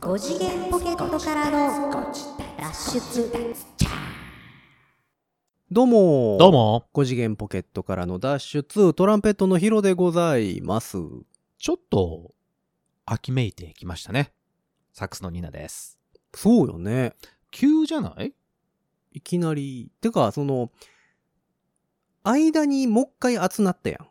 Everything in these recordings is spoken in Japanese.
5次元ポケットからの脱出どうもどう。も。 5次元ポケットからの脱出、トランペットのヒロでございます。ちょっと、秋めいてきましたね。サックスのニナです。そうよね。急じゃないいきなり。てか、その、間にもう一回暑なったや ん。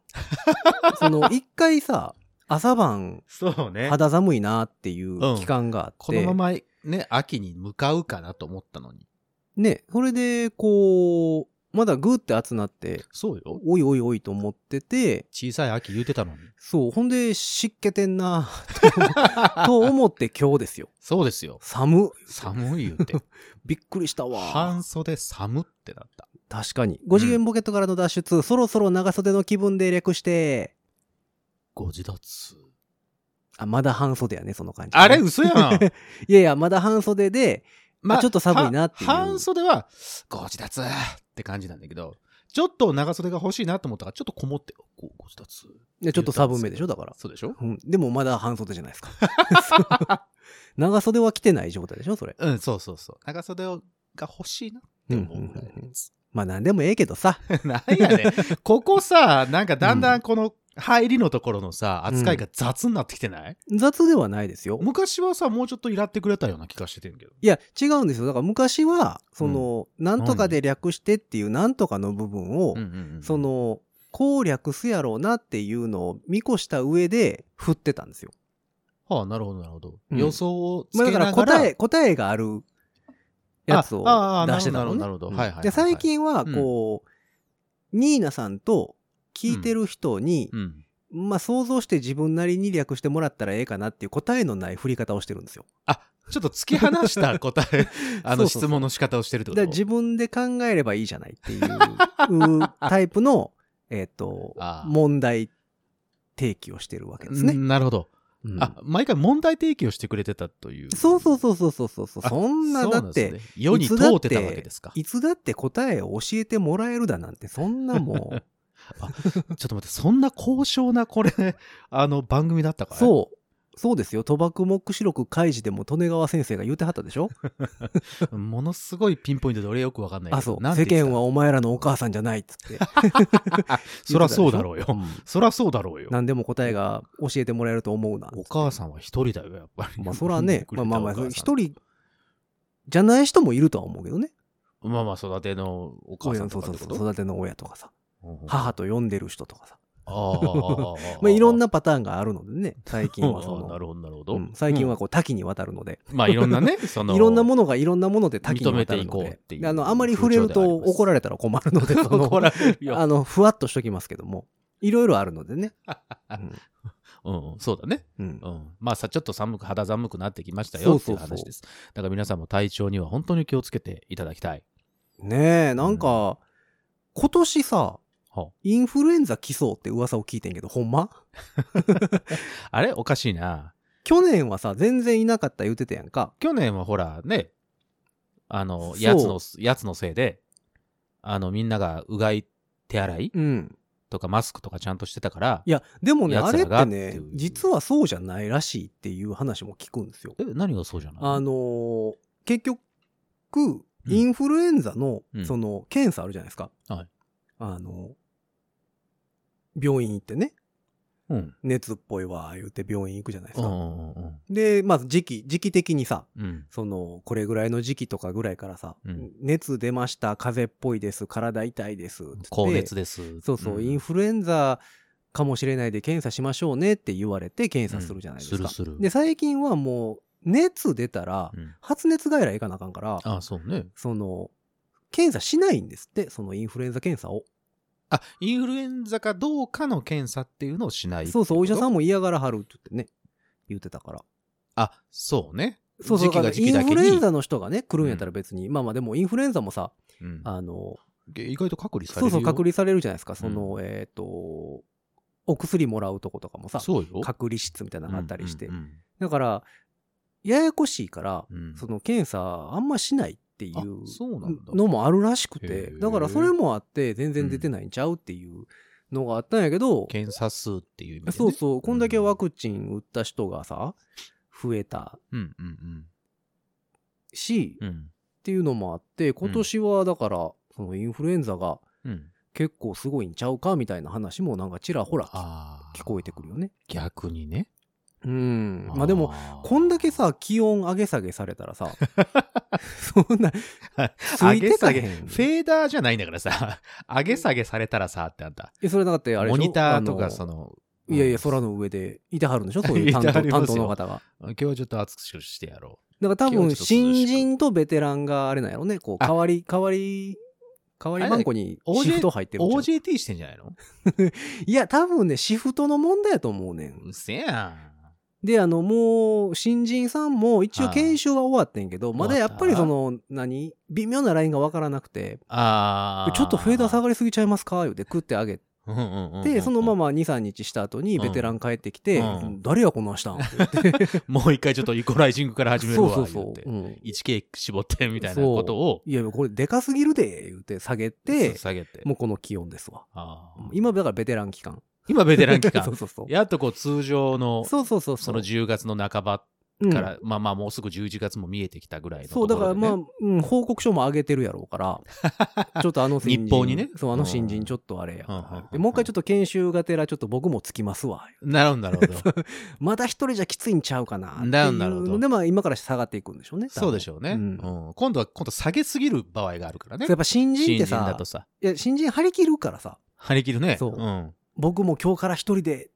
その、一回さ、朝晩そうね肌寒いなっていううん期間があって。このままね、秋に向かうかなと思ったのに。ね、それで、こう、まだグーって暑なって、そうよ。おいおいおいと思ってて、小さい秋言うてたのに。そう、ほんで、湿気てんなと、 と思って今日ですよ。そうですよ。寒っ。寒い言 うて。びっくりしたわ。半袖寒ってなった。確かに。5次元ポケットからの脱出、そろそろ長袖の気分で略して、ご自立。あ、まだ半袖やね、その感じ、あれ嘘 やんいやいや、まだ半袖で、あまちょっと寒いなっていうは半袖は、ご自立って感じなんだけど、ちょっと長袖が欲しいなと思ったから、ちょっとこもって、ごご自立。いやちょっと寒めでしょ、だから。そうでしょうん、でもまだ半袖じゃないですか。 長袖は着てない状態でしょ、それ。うん、そうそうそう。長袖をが欲しいなって思うぐらいのやつ。まあなんでもええけどさ。なんやねん。ここさ、なんかだんだんこの入りのところのさ、うん扱いが雑になってきてない、雑ではないですよ。昔はさ、もうちょっといらってくれたような気がしててんけど。いや、違うんですよ。だから昔は、その、なんとかで略してっていうなんとかの部分を、そ、の、攻略すやろうなっていうのを見越した上で振ってたんですよ。はあ、なるほど、なるほど。うん予想をつまあ、けだなが、からら答え、答えがあるやつをああ出してたの、ね。なるほどなるほどうんはいはいはいはいで、最近は、こう、ニーナさんと聞いてる人に、うん。まあ、想像して自分なりに略してもらったらええかなっていう答えのない振り方をしてるんですよ。ちょっと突き放した答 え、そうそあのうそう質問の仕方をしてるってだこからと自分で考えればいいじゃないっていう うタイプの、えっ、とあ、あ問題提起をしてるわけですうね。んなるほど。うんあ、毎回問題提起をしてくれてたという。そうそうそうそうそうそうそう。あそんな、そうだんっですて、ね、世にいつだっ問てうてたわけですか。いつだって答えを教えてもらえるだなんて、そんな もう、ちょっと待って、そんな高尚なこれ、 あの、番組だったからそう、そうですよ。賭博目視録開示でも利根川先生が言うてはったでしょう。ものすごいピンポイントで俺よくわかんないけど。あ、そう。なん世て言ってた間は。お前らのお母さんじゃないっつって。 そらそうだろううよ。 んそらそうだろうよ。何でも答えが教えてもらえると思うな。お母さんは一人だよ、やっぱり。、まあ、そらね くまれあたまあまあお母さ、ん一。人じゃない人もいるとは思うけどね。まあまあ、育てのお母さんとかそっうてそこうそとううんうん育ての親とかさ、あ母と呼んでる人とかさ。あ。 まあ、いろんなパターンがあるのでね、最近は そうんあのあ。なるほど、なるほうどん。最近はこう多岐にわたるので、うん。まあ、いろんなね、 その。いろんなものがいろんなもので多岐に認わめたてるいこのうっでていうであのあまり触れる風潮とではあります怒られたら困るの でその怒られるよ。あのふわっとしときますけどもいろいろあるのでね、うんうん、そうだね。うんうん。まあさ、ちょっと寒く、肌寒くなってきましたよっていそうそううそ話うです。だから皆さんも体調には本当に気をつけていただきたい。ねえなんか、今年さはあインフルエンザ来そうって噂を聞いてんけどほんまあれおかしいな。去年はさ全然いなかった言うてたやんか去年はほらね、あのそ、うやつの、やつのせいで、あの、みんながうがい、手洗いうんとかマスクとかちゃんとしてたから、いやでもねあ奴れっらがてねっていう実はそうじゃないらしいっていう話も聞くんですよえ、何がそうじゃないあのー結局、インフルエンザの、うんその、検査あるじゃないですか。はいあのー病院行ってね、うん。熱っぽいわ、言うて病院行くじゃないでうすんうか。んうんで、まず時期、時期的にさ、うん。その、これぐらいの時期とかぐらいからさ、うん熱出ました、風邪っぽいです、体痛いです、つって高熱です。そうそう、んインフルエンザかもしれないで検査しましょうねって言われて検査するじゃないですか。うんするするで、最近はもう、熱出たら、うん発熱外来行かなあかんから、あ、そうね。その、検査しないんですって、そのインフルエンザ検査を。あ、インフルエンザかどうかの検査っていうのをしない。そうそう、お医者さん。んも嫌がらはるって言ってね、言ってたから。あ、そうね。そうそう、時期が時期だからだインけに。フルエンザの人がね、来るんやったら別に、まあまあでもインフルエンザもさ、うんあの、意外と隔離されるそうそうよ隔離されるじゃないですか、その、えっ、と、お薬もらうとことかもさ、そうよ隔離室みたいなのがあったりして。うんだから、ややこしいから、うんうんその検査あんましないっていあうそうなんだのもあるらしくへて、ーだからそれもあって全然出てないんちゃうっていうのがあったんやけど、検査数っていう意味で、ね、そうそう、こんだけワクチン打った人がさ、増えたうんうんし、うん。うっんていうのもあって今年はだからそのインフルエンザがうん。結構すごいんちゃうかみたいな話もなんかちらほら聞ああ。聞こえてくるよね。逆にね。うん。まあでも、あーこんだけさ、気温上げ下げされたら さ、そんな、つ上いげて下かげ、へフん。ェーダーじゃないんだからさ、 上げ下げされたらさってあんた。えそれだってあれでしモょニターとかそあの、のいやいや、そら空の上でいてはるんでしょそういう担 いては当ります担よ当の方が。今日はちょっと暑くしてやろだから多気を分、つけて涼しく新人とベテランがあれなんやろね、こう、あ代わり、代わり、代わりマンコにあれだシねフト入ってう。るんちゃう OJT してんじゃないのいや、多分ね、シフトの問題やと思うねんう。っせえやで、あの、もう、新人さんも一応はい研修は終わってんけど、まだやっぱり終わそったの、何微妙なラインがわからなくて、ん。ああ。ちょっとフェーダー下ががりすぎちゃいますか言うて食ってあげうんうんうんうんて、そのま。ま2、3日した後にうんベテラン帰ってきてうん、誰やこんなんしたんって言って もう一回ちょっとイコライジング から始めるそわ。うそうそう。う言ってん 1K 絞ってみたいなことを。いや、これでかすぎるで、言うて下げて、下げて。もうこの気温ですわ。あー今だからベテラン期間。今ベテラン期間 そうそうそう。やっとこう通常のそうそうそうう。その10月の半ばうんから、まあまあもうすぐ11月も見えてきたぐらいのとそこう、ろだで、ね、からまあ、うん報告書も上げてるやろう から、ちょっとあの新人、日報にねそう、あの新うん人ちょっとあれやうんうんかうんら。でもう一回ちょっと研修がてら、ちょっと僕もつきますわ。なるほどなる ほどまだ一人じゃきついんちゃうかなっていうなるほどなるほどので、まあ今から下がっていくんでしょうね。多分そうでしょうね、んそううん今度は今度下げすぎる場合があるからねやっぱ新人っ新て人さだと、さいや、新人張り切るからさ、張り切るね、そうん僕も今日から一人で、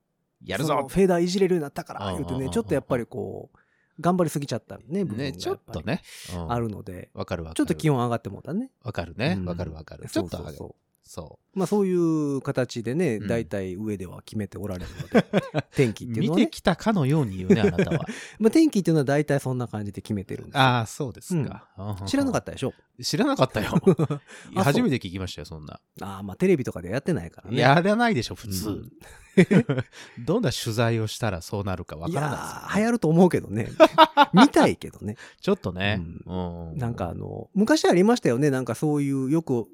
やるそのぞフェーダーいじれるようになったから、うんう言んうんううんてね、ちょっとやっぱりこう、頑張りすぎちゃったね、部分がやねぱりちょっと。ね、うんあるので、わかるわかるちょっと気温温上がってもうたね。わかるねうんわかるわかる、ちそょうっとそう上がるそう。そまあそういう形でね、うん大体上では決めておられるので、 天気うっていうの見は、てね。きたかのように言うねあなた はまあ天気っていうのは大体そんな感じで決めてるんですよああそうですか、うん知らなかったでしょ知らなかったよ あ初めて聞きましたよそんなああ、まあテレビとかでやってないからね。やらないでしょ普うん、通、 どんな取材をしたらそうなるかわいからないですよやー、流行ると思うけど ね。見たいけどね。ちょっとね、ううんなんかあの、昔ありましたよね。なんかそういう、よく、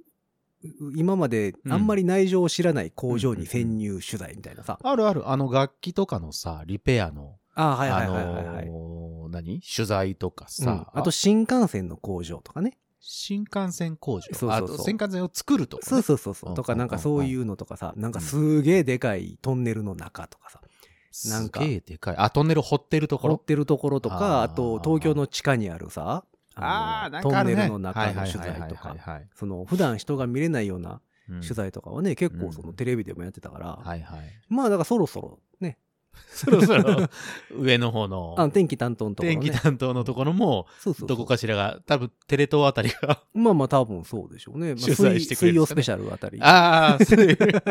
今まであんまり内情を知らない工場に潜入取材みたいなさ。あるあるあの楽器とかのさリペアの、ああ、はいはいあはいはいはい、のー何取材とかうんさ、あと新幹線の工場とかね。新幹線工場そうそうそうあと新幹線を作るとか、ね、そうそうそうそううんとかなんかそういうのとかさなんかうんすげえでかいトンネルの中とかさなんかすげえでかいあトンネル掘ってるとこ掘っろてるところとかああーと東京の地下にあるさのああなんトかあンるネねルの中の取材とはいかはいはいはいはいその普段人が見れないようなうん取材とかはね結構そうのんテレビでもやってたから はいはいまあだからそろそろねそろそろ上の方のあの天気担当のところ天気ね担当のところもそうそうそうどこかしらが多分テレ東あたりがまあまあ多分そうでしょうねまあ取材してく水れるん曜でスすペかねシャルあたりああそういう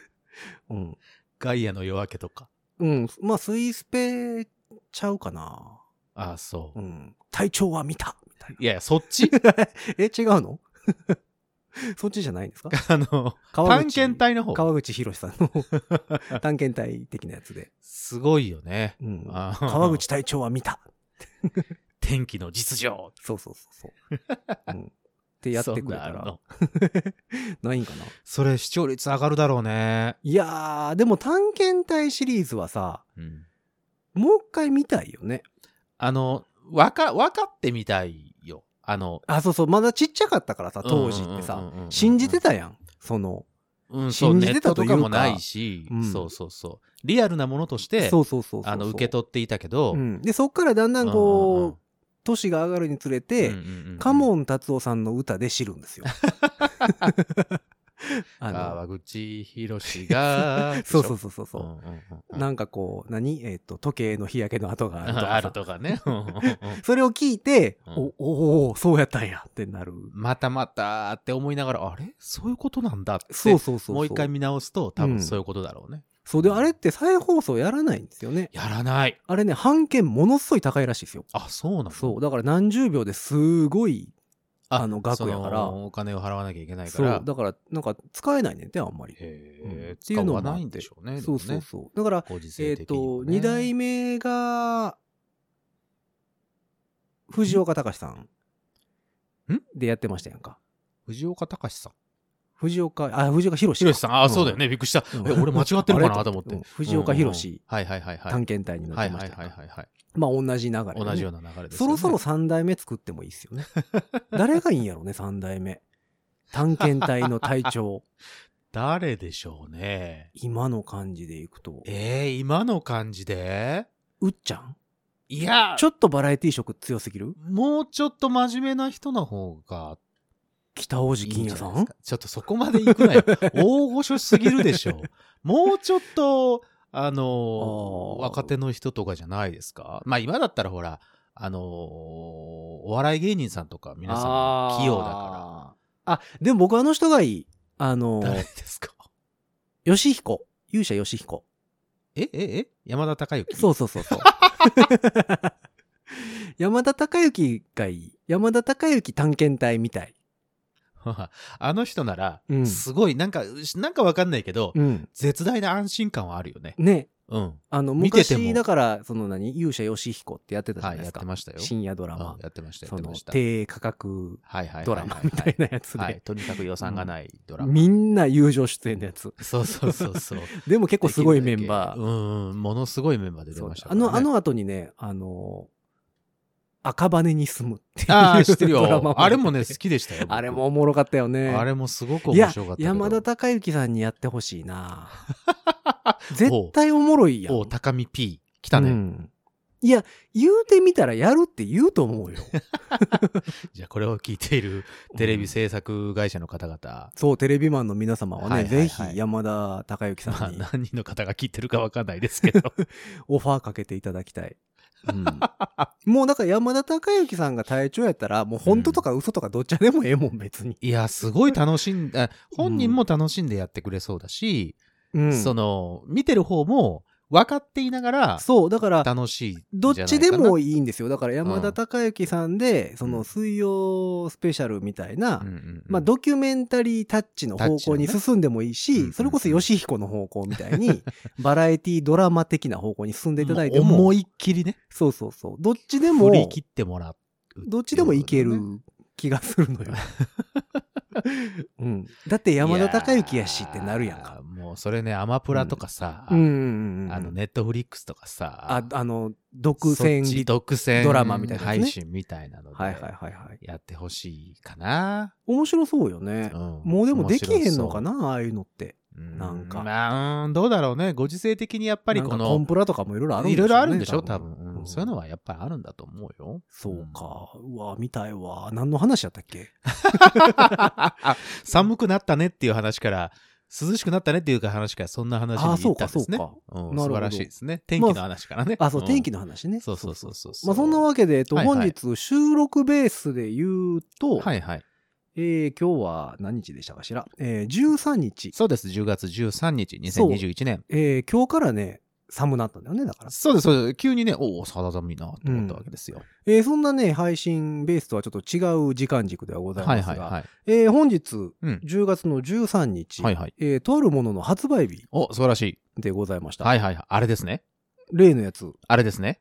うんガイアの夜明けと かうんまあ水スペちゃうかなああそう、うん体調は見たみたいないやいやそっちえ、違うの そっちじゃないんですか あの川探口検隊の方川口博さんの 探検隊的なやつで。すごいよね。うん、あー川口隊長は見た。天気の実情。そうそうそう そう。うん、ってやってくれたそんなあるらの。 ないんかな。それ視聴率上がるだろうね。いやー、でも探検隊シリーズはさ、もう一回見たいよね。あの、わか、わかってみたいよ。あの、あ、そうそう、まだちっちゃかったからさ、当時ってうんうんさ、うんうんうん、信じてたやん。その、うん、そう信ネじッてトたとというかかもないし、うんそうそうそう。リアルなものとして、そうそうそうそうそう。あの、受け取っていたけど、うん。で、そっからだんだんうんうんうんこう、年が上がるにつれて、うんうんうんカモン達夫さんの歌で知るんです よ。あの川口博士が 、そうそうそうそう。うんううんうんうんなんかこう、何えっ、と、時計の日焼けの跡があるとかさ あるとかね。うんうんうんそれを聞いて、うんおおおそうやったんやってなる。またまたって思いながら、あれそういうことなんだって。そうそうそうそう。もう一回見直すと多う分んそういうことだろうね、そうで、あれって再放送やらないんですよね。やらないあれね、版権ものすごい高いらしいですよ。あそうなのそう。だから何十秒ですごい、ああの額やからそのお金を払わなきゃいけないかそうら。だから、なんか使えないねんて、あんまり。へうえんっってていいううののはもないんでしょうねそうそうでもねそう。だから、ご時え世っ、的にと、もね二代目が、藤岡隆さん。んでやってましたやんか。藤岡隆さん藤岡、あ、藤岡弘ひろしさんあうんそうだよねびっくりした、うんえ俺間違ってる かあなれと思ってうん藤岡弘うんはいはいはいはい探検隊になっはていまはしいたやんはかいはいまあ同じ流れ、ね。同じような流れですそよね、ろそろ3代目作ってもいいっす よね。誰がいいんやろね、3代目。探検隊の隊長。 誰でしょうね。今の感じでいくと。えー、今の感じでうっちゃんいやちょっとバラエティ色強すぎるもうちょっと真面目な人の方が北大い路い金ん也じゃさないんですか。ちょっとそこまで行く なよ。大御所すぎるでしょ。もうちょっと、あのあー。若手の人とかじゃないですか。まあ今だったらほら、あのお笑い芸人さんとか皆さん器用だからあ、でも僕あの人がいい。あのら。、誰ですか吉彦。勇者吉彦。えええ山田孝之そうそうそうそう。山田孝之がいい。山田孝之探検隊みたい。 あの人なら、うんすごい、なんか、なんかわかんないけど、うん。絶大な安心感はあるよね。ね。うん。あの、見てても昔、だから、その何勇者吉彦ってやってたじゃなはいい、でやすっか。てましたよ。深夜ドラうマん。やってました、やっそてのました。低価格はいはいはいはいドラマみたいなやつはいで、とにかく予算がないドラマ。みんな友情出演のやつ。そうそうそうそう。で も結構すごいメンバー。ー。うん、ものすごいメンバーで出そうましたあからね、の、あの後にね、あの、赤羽に住むっていうあ ー知ってるドラマよ。あれもね、出て好きでしたよ。僕あれもおもろかったよね。あれもすごく面白かったけど。いや、山田た孝之さんにやってほしい な絶対おもろいやん。お高見 P。来たね、うんいや、言うてみたらやるって言うと思うよ。じゃあ、これを聞いている テレビ制作会社の方々。そう、テレビマンの皆様はね、はいはいはぜいひ山田孝之まさあ、んに何人の方が聞いてるかわかんないですけど。 オファーかけていただきたい。うんもうだから山田孝之さんが隊長やったら、もう本当とか嘘とかどっちでもええもん、別に。いや、すごい楽しんだ、本人も楽しんでやってくれそうだし、うんその、見てる方も分かっていながら、そう、だから、楽しいんじゃないかどな。っちでもいいんですよ。だから山田孝之さんで、その水曜スペシャルみたいな、うんうんうんまあ、ドキュメンタリータッチの方向にタッチのね進んでもいいし、うんうんそれこそ吉彦の方向みたいに、 バラエティドラマ的な方向に進んでいただいても、う思いっきりね、そうそうそう。どっちでも振、り切ってもらうっていう。どっちでもいける気がするのよ。 うん、だって山田孝之やしってなるやんいかー。もうそれね、アマプラとかさ、うんうんうん。あの、ネットフリックスとかさ、あ、あの、独独占占リ独占ドラマみたいなやつね配信みたいなので、はいはいはいはい。やってほしいかな。面白そうよね。んもうでもできへんのかな、ああいうのって。面白そうなんかうまあ、うんどうだろうね。ご時世的にやっぱりこなんかコンの、プラとかもいろいろあるんでいしょろうねいろあるんでしょ多分、うんうんそういうのはやっぱりあるんだと思うよ。そうか。うわ、見たいわ。何の話やったっけあ 寒くなったねっていう話から、涼しくなったねっていうか話から、そんな話にああ、そう行ったか、んでそうすね。か。うどん、素晴らしいですね。天気の話からね。あ、そう、ん天気の話ね。そうそうそうそうそう。まあ、そんなわけで、えっと、はいはい本日、収録ベースで言うと、はいはい。えー今日は何日でしたかしら。えー、13日。そうです。10月13日、そう2021年。えー今日からね、寒なったんだよね、だから。そうです、そうです。急にね、おお、肌寒いなと思ったわけですよ。えーそんなね、配信ベースとはちょっと違う時間軸ではございはまいすが、はいはい。えー本日、うん10月の13日、はいはい。えーとあるものの発売日お、素晴らしい。でございました。はいはいはい。あれですね。例のやつ、あれですね。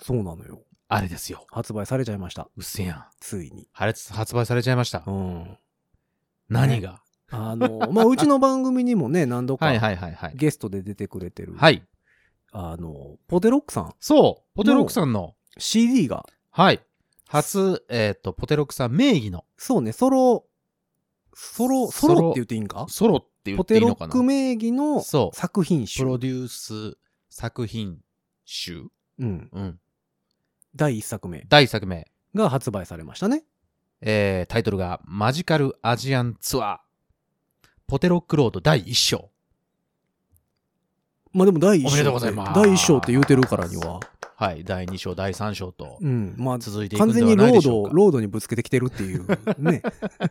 そうなのよ。あれですよ。発売されちゃいました。うっせやん。ついに。あれ発売されちゃいましたう。ん。何があ の、まあ、うちの番組にもね、何度かはいはいはいはい。ゲストで出てくれてる、はい。あの、ポテロックさん、そう、ポテロックさんの、 CD が、はい。初、えっ、と、ポテロックさん名義のそうね、ソロ、ソロ、ソロソっロて言っていいんかソロって言ポってテいいロのかッなク名義のそう作品プ集。ロデュース作品集、うん。うん、第1作目第1作目、が発売されましたね。えータイトルがマジカルアジアンツアー、ポテロックロード第1章。まあでも第1章。おめでとうございます第1章って言うてるからには。はい、第2章、第3章とうん。まあ、続いていく完んで全はにロないでーしょうド、か。ロードにぶつけてきてるっていうね、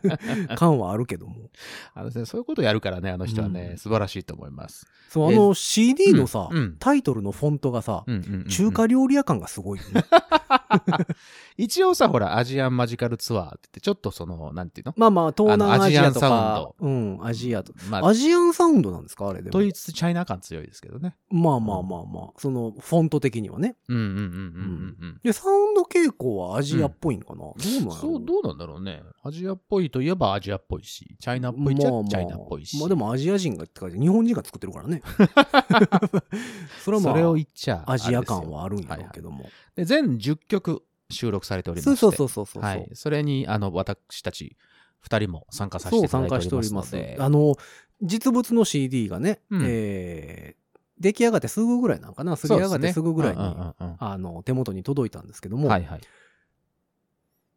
感はあるけども。あのねそういうことやるからね、あの人はね、うん素晴らしいと思います。そう、あえの CD のさうんうん、タイトルのフォントがさ、うんうんうんうん 中華料理屋感がすごいよね。一応さ、ほら、アジアンマジカルツアーって言って、ちょっとその、なんていうのまあまあ、東南アジアとあのかア。うん、アジアと。まあ、アジアンサウンドなんですかあれでもと。言いつつチャイナ感強いですけどね。まあまあまあまあ、その、フォント的にはね。うんうんうんうんうんうん。で、サウンド傾向はアジアっぽいんかな、どうなんやろそう、どうなんだろうね。アジアっぽいといえばアジアっぽいし、チャイナっぽいっちゃチャイナっぽいし。まあでもアジア人がって書いて日本人が作ってるから ねそれはまあそれを言っちゃアジア感ははあるんやろうけども、で全10曲収録されておりまそしうてそうそうそうそう、はい、それにあの私たち2人も参加させそうていた参だいてお加しておりりまますすのであの実物の CD がね、うんえー出来上がってすぐぐらいなんかなすり上がってすぐぐらいに、そうですねうんうんうんあの手元に届いたんですけども、はいはい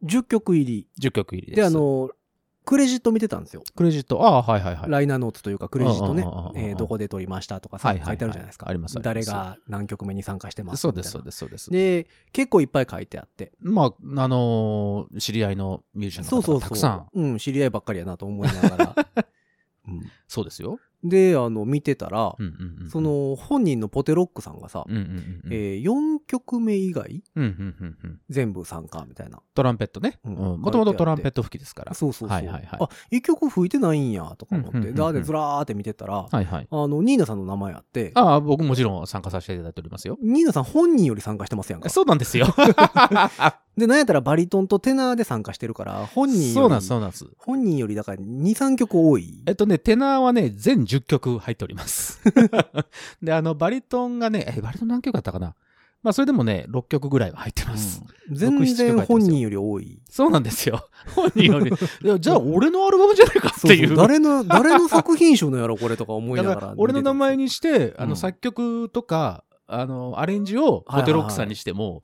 10曲入り10曲入りですであのクレジット見てたんですよ、クレジットああはいはいはいライナーノーツというかクレジットねうんうんうんうんうんえーどこで撮りましたとかはさいはいはい書いてあるじゃないですか、ありますあります誰が何曲目に参加してますそうですそみたいなうですそうですで結構いっぱい書いてあってまああのー知り合いのミュージシャンそうの方そがうたそくうさんそううん、知り合いばっかりやなと思いなが ら、うんですよ、であの見てたら、うんうんうん、その本人のポテロックさんがさ、うんうんうんうん、え4曲目以外うんうんうんうん全部参加みたいなトランペットねうんもともとトランペット吹きですからそうそうそう、はいはいはいあ1曲吹いてないんやとか思って、うんうんうんうんであでずらーって見てたら、はいはいあのニーナさんの名前あってああ僕もちろん参加させていただいておりますよニーナさん本人より参加してますやんかそうなんですよでなんやったらバリトンとテナーで参加してるから 本人よりそうなんですそうなんです本人よりだから23曲多いえっとね、テナーはね、全10曲入ってお ります。で、あの、バリトンがね、え、バリトン何曲だったかなまあ、それでもね、6曲ぐらいは入ってます。うん全然本人より多いそうなんですよ。本人 より。いやじゃあ、俺のアルバムじゃないか っそうてそいうう。誰の、誰の作品集のやろ、これとか思いながだらから、俺の名前に。にして、あうの、ん作曲とか、あの、アレンジをはいはいはいポテロックさんにしても、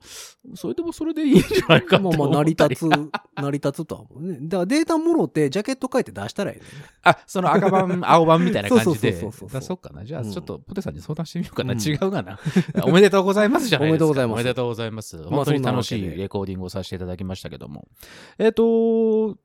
それでもそれでいいんじゃないかってま思あったり。まあ、成り立つ、 成り立つとは思うね。だからデータもろって、ジャケット書いて出したらええね。あ、その 赤版、青版みたいな感じで。そうそうそうそうそうだそっかな。じゃあ、うんちょっと、ポテさんに相談してみようかな。うん違うかな。 おめでとうございますじゃないですか。おめでとうございますおめでとうございます。あ本当そにんな楽わけしでいレコーディングをさせていただきましたけども。えっ、と、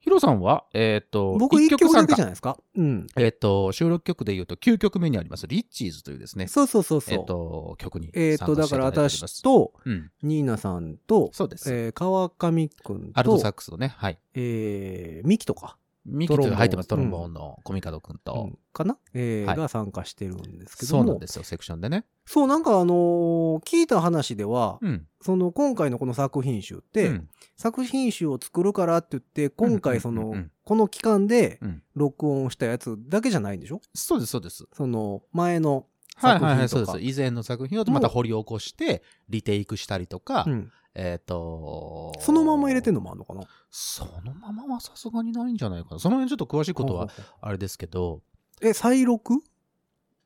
ヒロさんは、えっ、と、僕1曲だけじゃなん。いですか。うん。えっ、と、収録曲で言うと9曲目にあります、リッチーズというですね、そうそうそうそう。えっ、と、曲にえっ参と、加だしかていらただいております。私と、うん、ニーナさんと、そうです。えー川上くんアルトサッと、クスのね、はい。えーミキとか、ミキと入ってます、トトロロンンボボーーンンのコミカド君うとん。かなえーはいが参加してるんですけどそも。うなんですよ、セクションでね。そうなんかあのー聞いた話では、うん。その今回のこの作品集って、うん作品集を作るからって言って、今回そうんうんうんうのん、この期間でうん録音したやつだけじゃないんでしょそうです、そうです。その前のは作品いとか。はいはい、そうです。以前の作品をまた掘り起こして、リテイクしたりとか、うんえっ、とそのまま入れてんののもあるのかなそのままはさすがにないんじゃないかな。その辺ちょっと詳しいことほはうほうほあれですけど、うえ、再録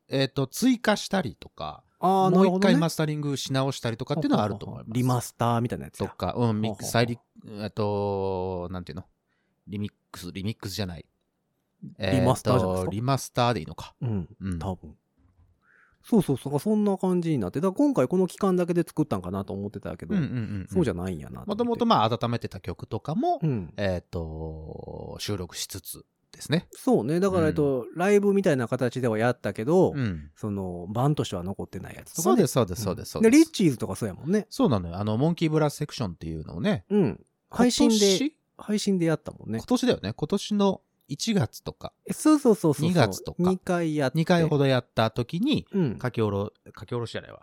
えっ、と、追加したりとか、ああ、もなうるほ一ど、ね。回マスタリングし直したりとかっていうのはあると思います。リマスターみたいなやつとやか、うん、ミックス、ほう再ほうリ、えっと、なんていうのリミックス、リミックスじゃない。リマスターじゃないですえかとリマスターでいいのか。うん、うん。多分。そうそうそう、そんな感じになって。だから今回この期間だけで作ったんかなと思ってたけど、うんうんうん、そうじゃん。ないんやなもともと、まあ、温めてた曲とかも、うん。えっ、と、収録しつつですね。そうね。だから、えっと、ライブみたいな形ではやったけど、ん。その、版としては残ってないやつとか、ね。そうです、そうです、そうです。そうですで、リッチーズとかそうやもんね。そうなのよ。あの、モンキーブラスセクションっていうのをね、うん。配信今で、年配信でやったもんね今。年だよね。今年の1月とか、えそうそうそうそうそう。 2月とか2回やって。 2回ほどやった時に、うん。書き下ろ、書き下ろしじゃないわ。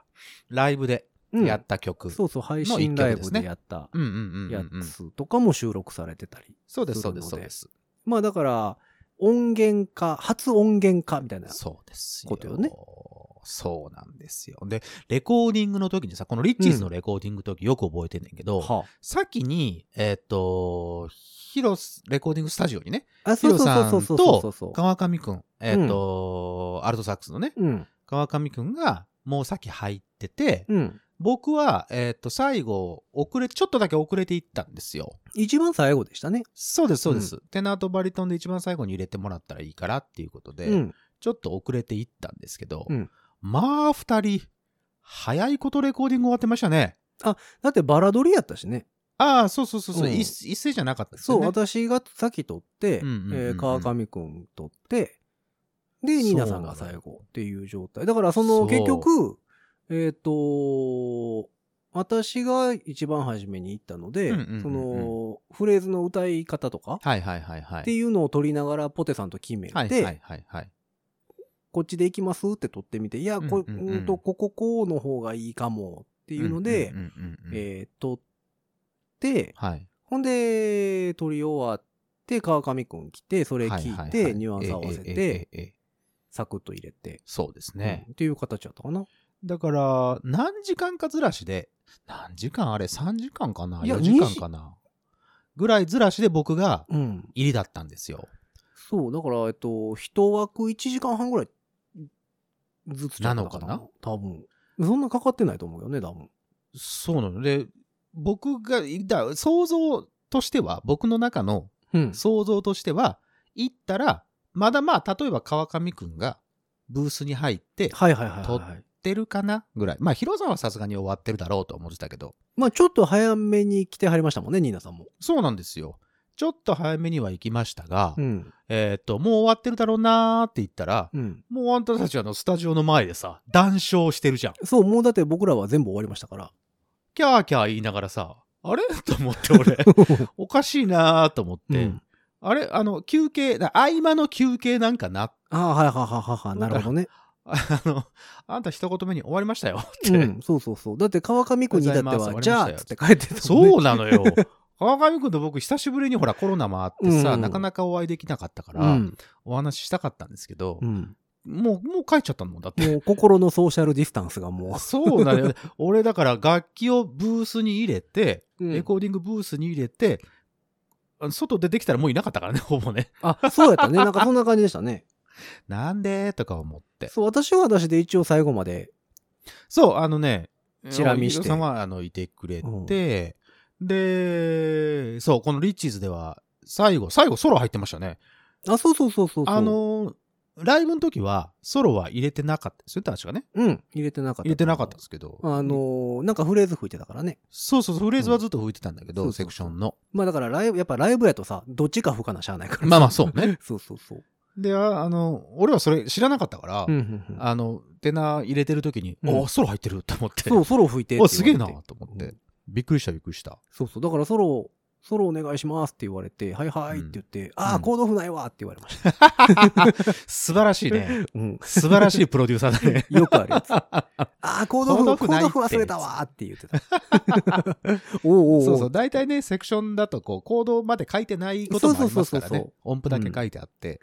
ライブでうんやった曲。そうそう、配信ライブでやったうん、うんうんうんやうん。つとかも収録されてたり。そうです、そそううで、ですすそうです。まあだから、音源化、初音源化みたいな。そうですよ。ことよねそうなんですよ。で、レコーディングの時にさ、このリッチーズのレコーディングの時よく覚えてんねんけど、は先に、えっ、と、ヒロス、レコーディングスタジオにね、あ。あ、ヒそロうそうさんそうそうそうそうと川上くん、えっ、と、アルトサックスのね、うん。川上くんがもう先入ってて、うん。僕は、えっ、と、最後、遅れ、ちょっとだけ遅れていったんですよ。一番最後でしたね。そうです、そうです。テナーとバリトンで一番最後に入れてもらったらいいからっていうことで、うん。ちょっと遅れていったんですけど、うんまあ、二人、早いことレコーディング終わってましたね。だってバラ撮りやったしね。ああ、そうそうそうそう、うん一一斉じゃなかったですそよう、ね。私が先撮って、えうんうんうんうーん川上くん撮って、で、そうニーナさんが最後っていう状態。だから、その、そう結局、えっ、と、私が一番初めに行ったので、うんうんうんうんその、フレーズの歌い方とか、はいはいはいはい。っていうのを取りながらポテさんと決めて、はいはいはいはい。こっちで行きますって取ってみて、いや、こ、ううんんうんうんと、こここうの方がいいかもっていうので、うんうんうんうん、えー取って、はい。ほんで、取り終わって、川上くん来て、それはい聞はいいはて、いニュアンス合わせえええて、えええサクッと入れて、そうですねう。んっていう形だったかな。だから、何時間かずらしで、何時間あれ ?3 時間かないや ?4 時間かなぐらいずらしで僕がうん。入りだったんですよ。そう、だから、えっと、一枠1時間半ぐらいずつちゃったなの多分。そんなかかってないと思うよね、多分。そうなので、僕が、だ想像としては、僕の中のうん。想像としては、行ったら、まだまあ、例えば川上くんがブースに入って、はいはいはい、取はっい。てるかなぐらい。まあ、広沢はさすがに終わってるだろうと思ってたけど、まあちょっと早めに来てはりましたもんね、ニーナさんも。そうなんですよ。ちょっと早めには行きましたが、うん。えーっと、もう終わってるだろうなーって言ったら、うん。もうあんたたちあのスタジオの前でさ、談笑してるじゃん。そう、もうだって僕らは全部終わりましたから。キャーキャー言いながらさ、あれと思 って俺、 おかしいなーと思って、うんあれあの、休憩、だ合間の休憩なんかな、 ああ、はいはいはいはいはい。なるほどね。あの、あんた一言目に終わりましたよって。うん、そうそうそう。だって川上くんにだっておはようございは、ますじゃあっつって帰ってたもんねそうなのよ。川上くんと僕久しぶりにほらコロナもあってさ、うんなかなかお会いできなかったから、うん。お話ししたかったんですけどう、ん。もう、もう帰っちゃったのもんだって。もう心のソーシャルディスタンスがもそうなのよ。俺だから楽器をブースに入れて、う。レコーディングブースに入れて、あの外出てきたらもういなかったからね、ほぼね。あ、そうやったね。 なんかそんな感じでしたね。なんでとか思って。そう、私は私で一応最後まで。そう、あのね、チラ見してお客さんは、あの、いてくれて、で、そう、このリッチーズでは、最後、最後ソロ入ってましたね。あ、そうそうそうそうそう。あ、の、ライブの時は、ソロは入れてなかったですよ、確かね。うん。入れてなかった。入れてなかったんですけど。あの、ー、なんかフレーズ吹いてたからね。そうそうそう、フレーズはずっと吹いてたんだけど、うんセクションの。まあだからライブ、やっぱライブやとさ、どっちか吹かなしゃあないから。まあまあ、そう ね。そうそうそう。で、ああの、俺はそれ知らなかったから、うんうんうんあの、テナー入れてる時に、うんおソロ入ってると思って。そう、ソロ吹いてって言おわれて。すげえなと思って、うんびっくりしたびっくりした。そうそう。だからソロ、ソロお願いしますって言われて、はいはいって言って、ああ、コード譜ないわって言われました。素晴らしいね。 うん。。素晴らしいプロデューサーだねよくあるや つ。ああ、コード譜、ココード譜なードいって譜忘れたわーって言ってた。 おうおうおそうそう。大体ね、セクションだとこう、コードまで書いてないこともありますからそうそうそうそうねそう。音符だけ書いてあって、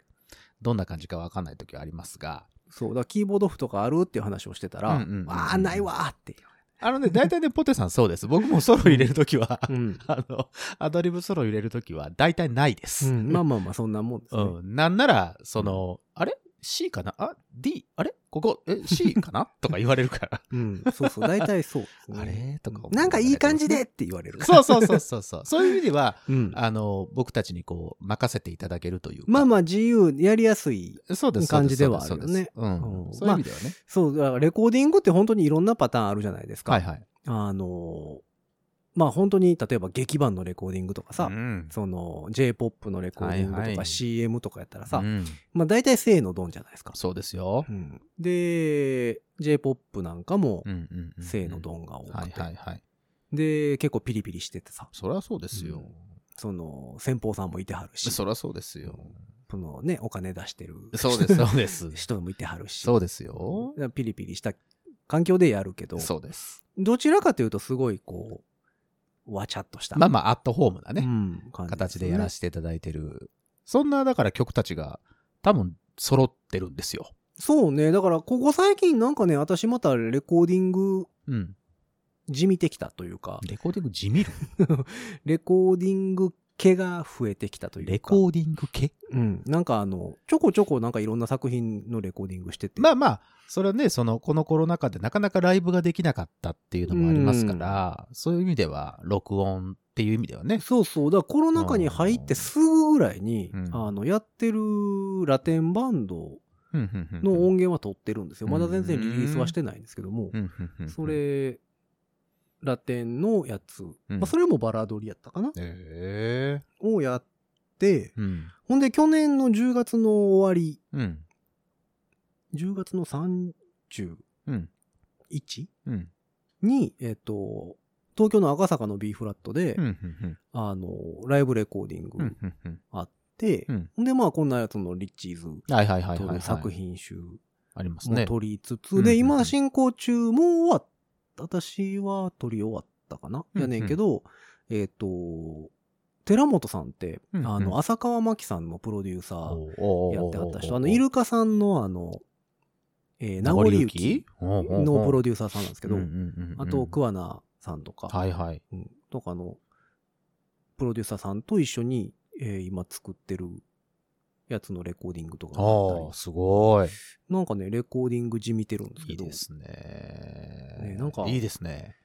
どんな感じかわかんない時はありますが。そう、だからキーボード譜とかあるっていう話をしてたら、うんうんうんうんああ、ないわーって。あ のね、大体ね、ポテさんそうです。僕もソロ入れる時は、 うん。あの、アドリブソロ入れる時は、大体ないです。まあまあまあ、そんなもんですね。うん。なんなら、その、あれ ?C かなあ ?D? あれここ、え ?C か なとか言われるから。うん。そうそう、大体そうですね。あれとか思いながらなんかいい感じでって言われる。 そうそうそうそうそう。そういう意味では、う。ん。あの、僕たちにこう、任せていただけるというか。まあまあ、自由、やりやすい。あ、そうです。感じではあるそようねですそうですうん。うんそういう意味ではね。そう、だからレコーディングって本当にいろんなパターンあるじゃないですか。はいはい。あのー、まあ本当に、例えば劇版のレコーディングとかさ、うんその J-POP のレコーディングはといはかい CM とかやったらさ、うんまあ大体性のドンじゃないですか。そうですよう。ん、で、J-POP なんかもうんうんうん。性のドンが多くて、はいはいはい。で、結構ピリピリしててさ、そりゃそうですうよん。その先方さんもいてはるし、そりゃそうですよ。そのね、お金出してるそうです、そう です。 人もいてはるし、そうですよ。だからピリピリした環境でやるけど、そうです。どちらかというとすごいこう、わちゃっとした。まあまあ、アットホームなうね、ん感じ形でやらしせていただいてる。そんな、だから曲たちが、多分、揃ってるんですよ。そうね。だから、ここ最近なんかね、私またレコーディングうん。じみてきたというか、レコーディング地味るレコーディング系が増えてきたというか。レコーディング系うん。なんかあの、ちょこちょこなんかいろんな作品のレコーディングしてて。まあまあ、それはね、その、このコロナ禍でなかなかライブができなかったっていうのもありますから、そういう意味では、録音っていう意味ではね、そうそう。だからコロナ禍に入ってすぐぐらいに、うんあの、やってるラテンバンドの音源は撮ってるんですよ。まだ全然リリースはしてないんですけども、そ、れ、ラテンのやつ、まあ、それもバラドリやったかな、えをやって、えうん。ほんで去年の10月の終わり、うん。 10月の31うん。うん。に、えっ、と、東京の赤坂の B フラットで、うんうんあの、ライブレコーディンうんグうんうんあって、うんほんで、まあ、こんなやつのリッチーズはいはいはいとはいいう作品集ありますもね。取りつつ、うんうんうで、ん今進行中も終わった、私は取り終わったかな、うんうんやねんけど、えっ、と、寺本さんって、うんうんあの、浅川真紀さんのプロデューサーおーやってはった人、あの、イルカさんのあの、えー、名残雪のプロデュースデューサーさんなんですけど、あと、桑名さんとか、はいはい。うん、とかの、プロデューサーさんと一緒に、えー今作ってるやつのレコーディングとかあがあったりあ、すごい。なんかね、レコーディング地見てるんですいけいど、ですね。ねなんかいいですね。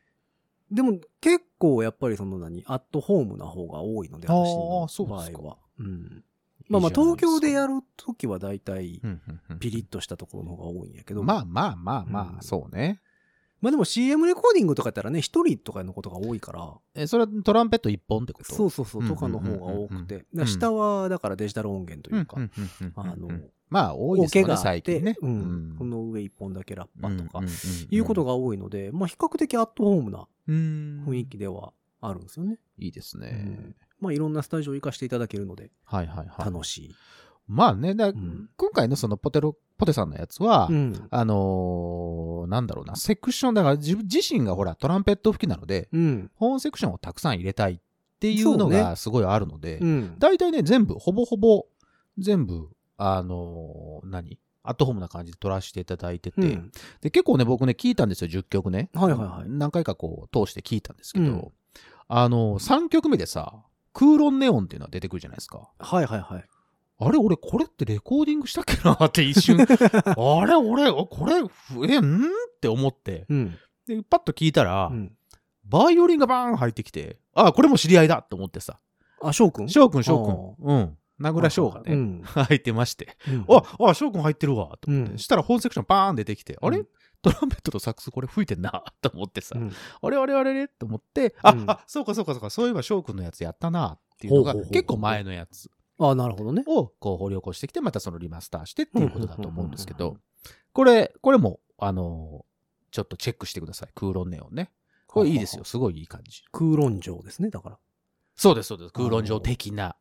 でも結構やっぱりその何、アットホームな方が多いので、あー私のそう場ですか合は。うん。まあまあ、いいじゃない東京でやするときは大体か、うんうんうんピリッとしたところの方が多いんやけど、まあまあまあまうあ、んそうね。まあでも CM レコーディングとかやったらね、一人とかのことが多いから、え、それはトランペット一本ってことそううそうそう、んとかの方が多くうんて、だから下はだからデジタル音源というか、んうんうんうんあの、まあ、多いおですけよね、があっ最て、近ね。うんうんこの上一本だけラッパとか、んんんいうことが多いので、まあ比較的アットホームなうん雰囲気ではあるんですよね。いいですうねん。まあいろんなスタジオを行かせていただけるので、はいはいはい。楽しい。まあね、だん今回のそのポテロ、ポテさんのやつはう、ん。あのーなんだろうな、セクション、だから自分自身がほら、トランペット吹きなので、うん。本セクションをたくさん入れたいっていうのそうがすごいあるので、うん。大体ね、全部、ほぼほぼ、全部、あのー何アットホームな感じで撮らせていただいてて、うんで、結構ね、僕ね、聞いたんですよ、10曲ね。はいはいはい何回かこう、通して聞いたんですけど、うんあのー、3曲目でさ、空論ネオンっていうのが出てくるじゃないですか。はいはいはい。あれ、俺、これってレコーディングしたっけなって 一瞬、あれ、俺、あこれ、え、んって思って、 うん。で、パッと聞いたら、うんバイオリンがバーン入ってきて、あ、これも知り合いだと思ってさ、あ、翔くん翔くん、翔くん、うん、名倉翔がね、うん。入ってまして、うんあ、あ、翔くん入ってるわ、と思って、うんしたら本セクションバーン出てきて、あれうんトランペットとサックスこれ吹いてんな、と思ってさ、うんあれあれあれれと思って、あ、うんあ、そうかそうかそうか、そういえば翔くんのやつやったな、っていうのがほうほうほうほう結構前のやつあ、なるほどね。をこう掘り起こしてきて、またそのリマスターしてっていうことだと思うんですけうんうんど、これ、これも、あのーちょっとチェックしてください、空論ネオンね。これいいですよ、。すごいいい感じ。空論城ですね、だから。そうです、そうです。空論上的な、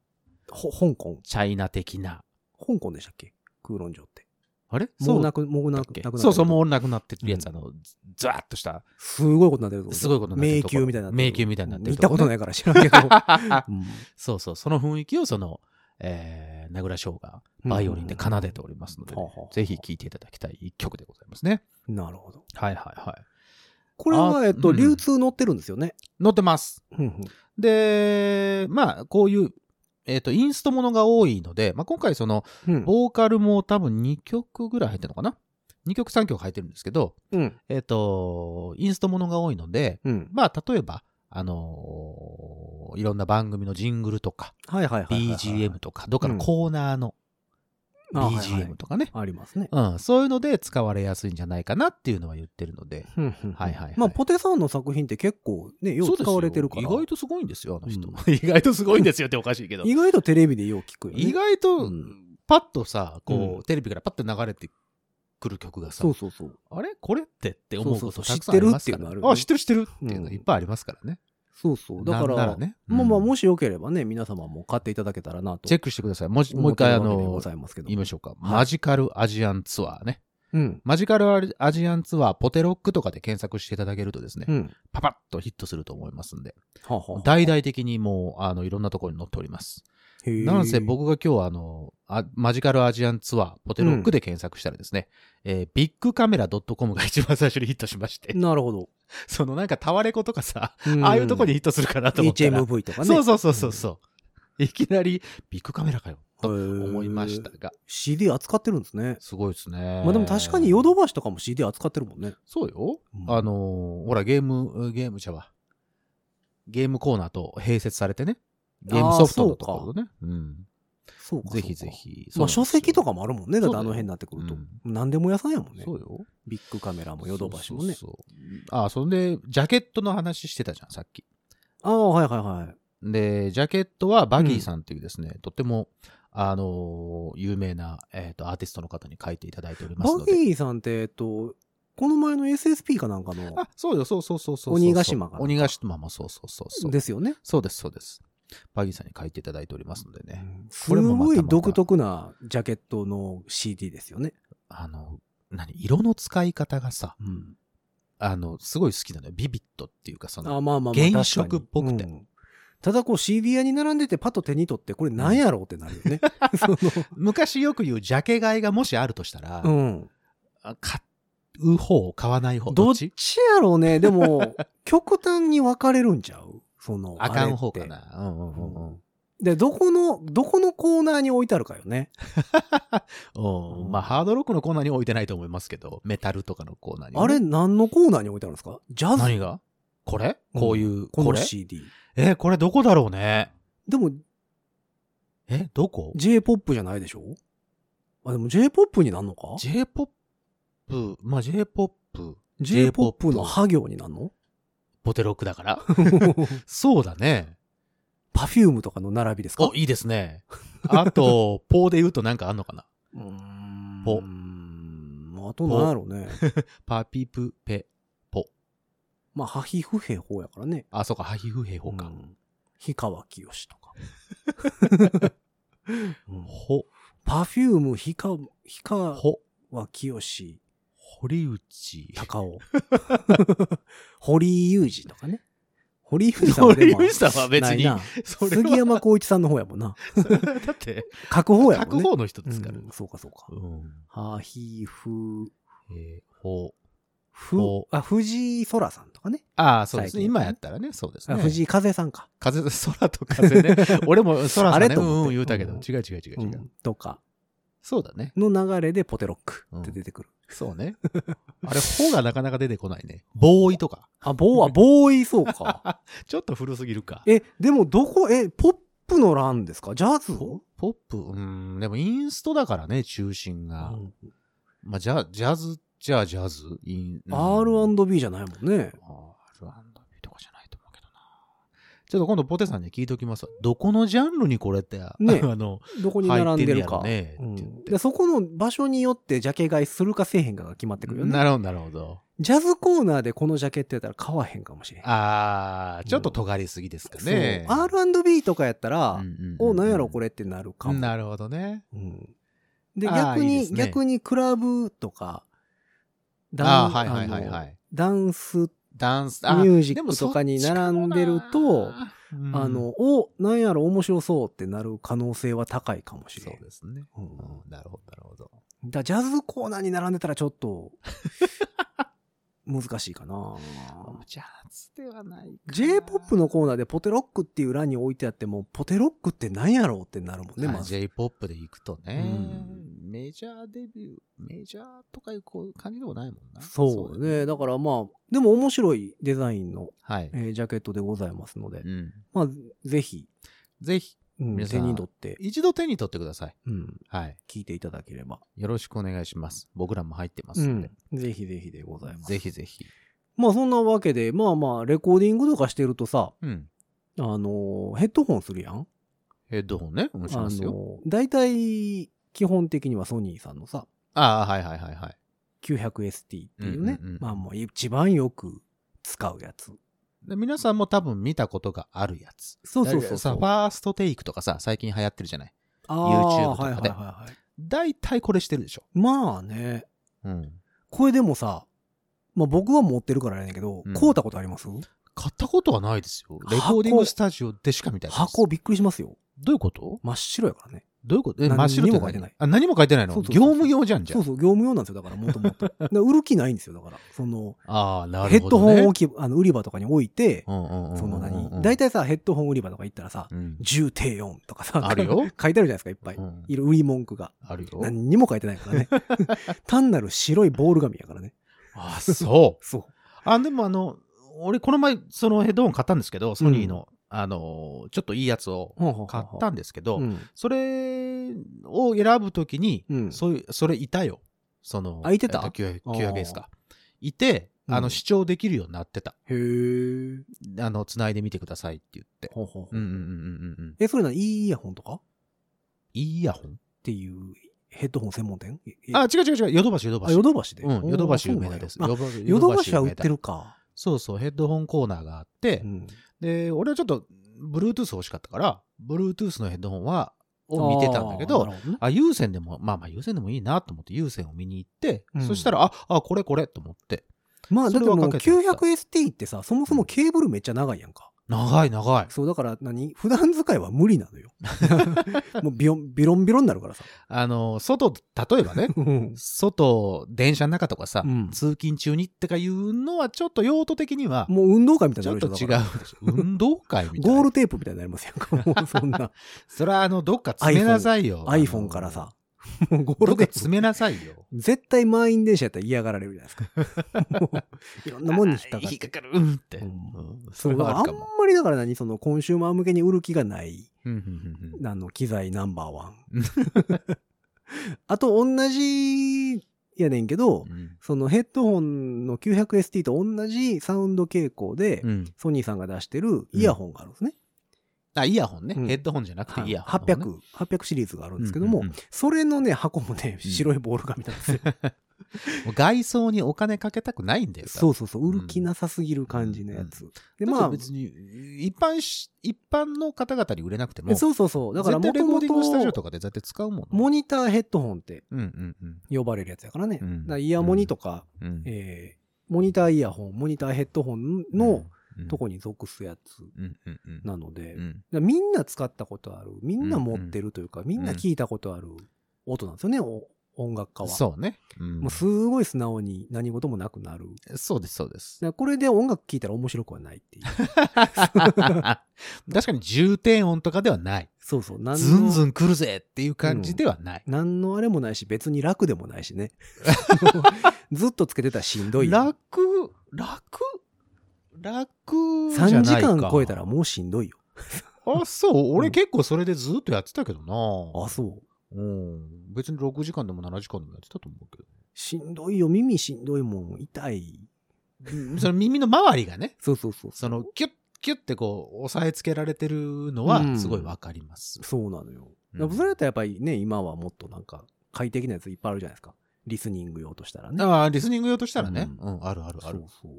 ほ香港。チャイナ的な。香港でしたっけ空論城って。あれもうななく、もうなっくけなくなそうそう、もうう。俺なくなってるやつ、うんあの、ザーッとした、すごいことになってるぞすごいことになって迷るところ宮みたいになってる。迷宮みたいになってる行ったことないから知らんけど。うん そうそう、その雰囲気をその、えー、名倉翔がバイオリンで奏でておりますので、うんはあはあぜひ聴いていただきたい一曲でございますね。なるほど。はいはいはい。これは、えっうと、ん流通乗ってるんですよね。載ってます。うんうんで、まあ、こういう、えっ、と、インストものが多いので、まあ、今回その、うんボーカルも多分2曲ぐらい入ってるのかな ?2 曲3曲入ってるんですけど、うん。えっ、と、インストものが多いので、うん。まあ、例えば、あのーいろんな番組のジングルとか、はいはいはいはいはい。 BGM とか、どっかのうんコーナーのあはいはい BGM とかね、ありますね。うん、そういうので使われやすいんじゃないかなっていうのは言ってるので、うんうんはいはいはいまあ、ポテさんの作品って結構ね、よそううです使よわれてるから。意外とすごいんですよ、あの人。 う意外とすごいんですよっておかしいけど。意外とテレビでよう聞くよね。意外と、うんパッとさ、こうう、テレビからパッと流れてくる曲がさそ、うそうそう。あれこれってって思うそことうそうそうたくさんあります知ってるっていうかのらあるね。よねあ、知ってる知ってるっていうのいっぱいありますからね。そうそう。だから、なんならねうんまあまあ、もしよければね、皆様も買っていただけたらなと。チェックしてください。もう一思もうっ一てる回、あわけでごの、ざいますけど言いましょうか。マジカルアジアンツアーね。うん。マジカルアジアンツアー、ポテロックとかで検索していただけるとですねう、ん。パパッとヒットすると思いますんで、はあはあ大々的にもう、あの、いろんなところに載っております。へえなんせ僕が今日あの、あマジカルアジアンツアー、ポテロックで検索したらですね、えービッグカメラ .com が一番最初にヒットしまして、なるほど。そのなんかタワレコとかさ、んああいうとこにヒットするかなと思ったら、 HMV とかね。そうそうそうそうそう。いきなりビッグカメラかよ、とへえ思いましたが、 CD 扱ってるんですね。すごいですね。まあでも確かにヨドバシとかも CD 扱ってるもんね。そうよ。うんあのーほら、ゲーム、ゲームじゃわ。ゲームコーナーと併設されてね。ゲームソフトのところね。うん。そうか。ぜひぜそうか。ひ。まあ書籍とかももあるもんね。だっそうてだあよの辺になってくるとうん。何でも屋さんやもんね。そうよ。ビッグカメラもヨドバシもね。そうそうそうあ、そんで、ジャケットの話してたじゃん、さっき。ああ、はいはいはい。で、ジャケットはバギーさんっていうですね、とっても、あのー有名な、えっ、と、アーティストの方に書いていただいておりますバので。ギーさんって、えっと、この前の SSP かなんかの、あ、そうよ、そうそうそうそうそう。鬼ヶ島が鬼ヶ島もそうそうそうそう。ですよね。そうです、そうです。バギーさんに書いていただいておりますのでね。すこれもまたまごたい独特なジャケットの CD ですよね。あの、何色の使い方がさ、うん。あの、すごい好きなのよ。ビビットっていうか、そあ、の、まあまあまあ。原色っぽくて確かにうんただこう CD 屋に並んでてパッと手に取って、これ何やろうってなる よね。その、昔よく言うジャケ買いがもしあるとしたら、うん。あ買う方、買わない方、どどっっちちやろうね。でも、極端に分かれるんちゃうその、あかん方あかれって。な。うんうんうんうん。で、どこの、どこのコーナーに置いてあるかよね。う、うんんまあ、ハードロックのコーナーに置いてないと思いますけど、メタルとかのコーナーにね、あれ何のコーナーに置いてあるんですかジャズ何がこれこういう、ここのれ CD。え、これどこだろうねでも、え、どこ J-POP じゃないでしょあ、でも J-POP になんのか ?J-POP、まあ、J-POP、 J-POP のハ行になんのポテロック だから。そうだね。パフュームとかの並びですかお、いいですね。あと、ポーで言うとなんかあんのかなうーんぽあと何やろうね。パピプペ。 まあ、ハヒフヘホやからね。あ、そうか、ハヒフヘホうか。ん氷川きよしと か。うんほ、パフューム、氷川、氷ほ、川きよし、堀内。 高 尾。堀井雄二とかね。堀井雄二さんはで堀も内さんは別ないに、な。それは杉山浩一さんの方やもんな。 だって、書く方やも書んくね。方の人ですからう。んそうかそうか。うん。ハヒフ、えーほふほ、あ、藤井空さんとかね。ああ、そうです最ね。近今やったらね、そうですあね。藤井風さんか。風、 空と風 ね。俺も空さあんね、れうと思んってうん言うたけど、うん違う違う違う違うう。んとか。そうだ ね。の流れでポテロックって出てくる。そうね。あれ、方がなかなか出てこないね。ボーイとか。あ、ボー、あ、ボーイそうか。 ちょっと古すぎるか。え、でもどこ、え、ポップの欄ですかジャズポポップ、うん、でもインストだからね、中心が。うんまあ、ジャジャズ、じゃあジャズ、イン、うん ?R&B じゃないもんね。 R&B とかじゃないと思うけどな。ちょっと今度ポテさんに聞いておきますわどこのジャンルにこれって、ね あの、どこに入っ並てんでるるやろか。ね。うんって言ってでそこの場所によってジャケ買いするかせえへんかが決まってくるよね。なるほど、なるほど。ジャズコーナーでこのジャケットやったら買わへんかもしれへん。あー、ちょっと尖りすぎですかそうね。 R&B とかやったうらん、うんうんお、なんやろこれってなるかも。なるほどね。うんで、あー逆いいに、ですね逆にクラブとか、あダあンー、はいはいはいはあのい。ダンスダンス、ミュージックでもそっとかに並んでるとちかもな、あうんの、お、なんやろ面白そうってなる可能性は高いかもしれそんう。ですね。うんうんなるほど、なるほど。だジャズコーナーに並んでたらちょっと、難しいか な。ジャズではない J-POP のコーナーでポテロックっていう欄に置いてあっても、ポテロックってなんやろうってなるもんね、ね、ままあ、ず。 J-POP で行くとね、うメジャーデビュー、メジャーとかいうこう感じでもないもんな。そうね。だからまあ、でも面白いデザインの、はいえ。ージャケットでございますのでう、ん。まあ、ぜひ、ぜひ、うん皆さ手んに取って、一度手に取ってください。うん、はい。聞いていただければ。よろしくお願いします。僕らも入ってまうすんでん。。ぜひぜひでございます。ぜひぜひ。まあそんなわけで、まあまあ、レコーディングとかしてるとさ、うん。あのーヘッドホンするやんヘッドホンね。うんしあますよ。のー大体、基本的にはソニーさんのさ、ああ、はいはいはいはい。 900ST っていうね、うんうんうんまあもう一番よく使うやつ。で皆さんも多分見たことがあるやつ。そうそうそうそさ、うフ。ァーストテイクとかさ、最近流行ってるじゃない。あ YouTube ーとかはいはいではいはい。大体これしてるでしょ。まあね、うん。これでもさ、まあ僕は持ってるからあれやねんけど、うん買うたことあります買ったことはないですよ。レコーディングスタジオでしか見たいです。箱びっくりしますよ。どういうこと真っ白やからね。どういうことえ、何真っ白ってにも書いてないあ、何も書いてないのそうそうそう業務用じゃんじゃ。そうんそう、業務用なんですよ、だからもとも と。だから売る気ないんですよ、だから。その、ああ、なヘるッほドど、ホね。ン置き、あの、売り場とかに置いて、うんうんうんうんうんうん。その何大体さ、ヘッドホン売り場とか行ったらさ、うん重低音とかさ、ある 書よいてあるじゃないですか、いっぱい。うんいる売り文句が。あるよ。何にも書いてない からね。単なる白いボール紙やからね。あ、そう。そあ、でもあの、俺この前、そのヘッドホン買ったんですけど、ソニーの、あの、ちょっといいやつをう。買ったんですけど、うん。それを選ぶときに、うんそういう、それいたよ。その、あいてたえっと 900- 900ですか。いて、あうの、ん視聴できるようになってた。へー。あの、繋いでみてくださいって言って。ほうほうほうんううんうんうんうんうん。え、それな、いいイヤホンとかっイヤホンていうヘッドホン専門店あ、違う違う違う。ヨドバシ、ヨドバあ、シ。ヨドバシで。うん、ヨドバシ有名あです。そうなんやバシあヨドバシは売って。有名だるか。そうそう、ヘッドホンコーナーがあってう、んで、俺はちょっと、Bluetooth 欲しかったから、Bluetooth のヘッドホンは、を見てたんだけあど、ーなるほねあ、有線でも、まあまあ有線でもいいなと思って有線を見に行って、うんそしたら、あ、あ、これこれと思って。まあ、だそってれはもうかけてあった 900ST ってさ、そもそもケーブルめっちゃ長いやんか。長い長い。そう、だから何普段使いは無理なのよ。 もうビヨン、ビロンビロンになるからさ。、あの、外、例えばねうん外、電車の中とかさ、うん通勤中にってかいうのはちょっと用途的には、もう運動会みたいちにょっなとる違うででししょだからょ。運動会みたいな。ゴールテープみたいになりますやんか。 もうそんな。そ れはあの、どっか詰めなさいよ。 iPhone からさ。もうゴあーの。どルっかテ詰ープ。めなさいよ。絶対満員電車やったら嫌がられるじゃない ですか。もういろんなもんに引っかかって。る。うんって。ううんんそそうれだからはああんるかも。まりだから何そのコンシューマー向けに売る気がないうんうんうんあの機材ナンバーワン。 あと同じやねんけど、うんそのヘッドホンの 900ST と同じサウンド傾向で、うん。ソニーさんが出してるイヤホンがあるんですね。あ、イヤホンね。うんヘッドホンじゃなくてイヤホンのね。 800、800シリーズがあるんですけども、うんうんうんそれのね、箱もね、うん白いボール紙なんですよ。もう外装にお金かけたくないんだよ。。そううそうそう、売る気なさすぎる感じのやつ。で、で、ままああ、別に、一般し、一般の方々に売れなくても、そうそうそう、だから絶も対レとコーもディングスタジオととかで絶対使うもんモね。ニターヘッドホンってうんうんうん呼ばれるやつやからね。うんだからイヤモニとか、うん。えーモニターイヤホン、モニターヘッドホンのうん、とこに属すやつうんうんうん。なので、うだかんらみんな使ったことある、みんな持ってるというか、みんな聞いたことある音なんですよね、お音楽家は。そうね。うんもうすごい素直に何事もなくなる。だかそうです、そうです。 らこれで音楽聴いたら面白くはないっていう。確かに重低音とかではない。そうそう、何ズンズの、ン来るぜっていう感じではない。何のあれもないし、別に楽でもないし ね。 ずっとつけてたらしんどい。3楽、楽、楽じゃ時ないか。間超えたらもうしんどいよ。あ、そう。う俺ん結構それでずっとやってたけどな。あ、そう。うん。別に6時間でも7時間でもやってたと思うけど。しんどいよ、耳しんどいもん、痛い。その耳の周りがね、そうそうそう。そのキュッ、キュッてこう、押さえつけられてるのはうんすごいわかります。そうなのよ。うんだからそれだったらやっぱりね、今はもっとなんか快適なやついっぱいあるじゃないですか。リスニング用としたらね。ああ、リスニング用としたらね。ううん、あるあるそあうる。そう。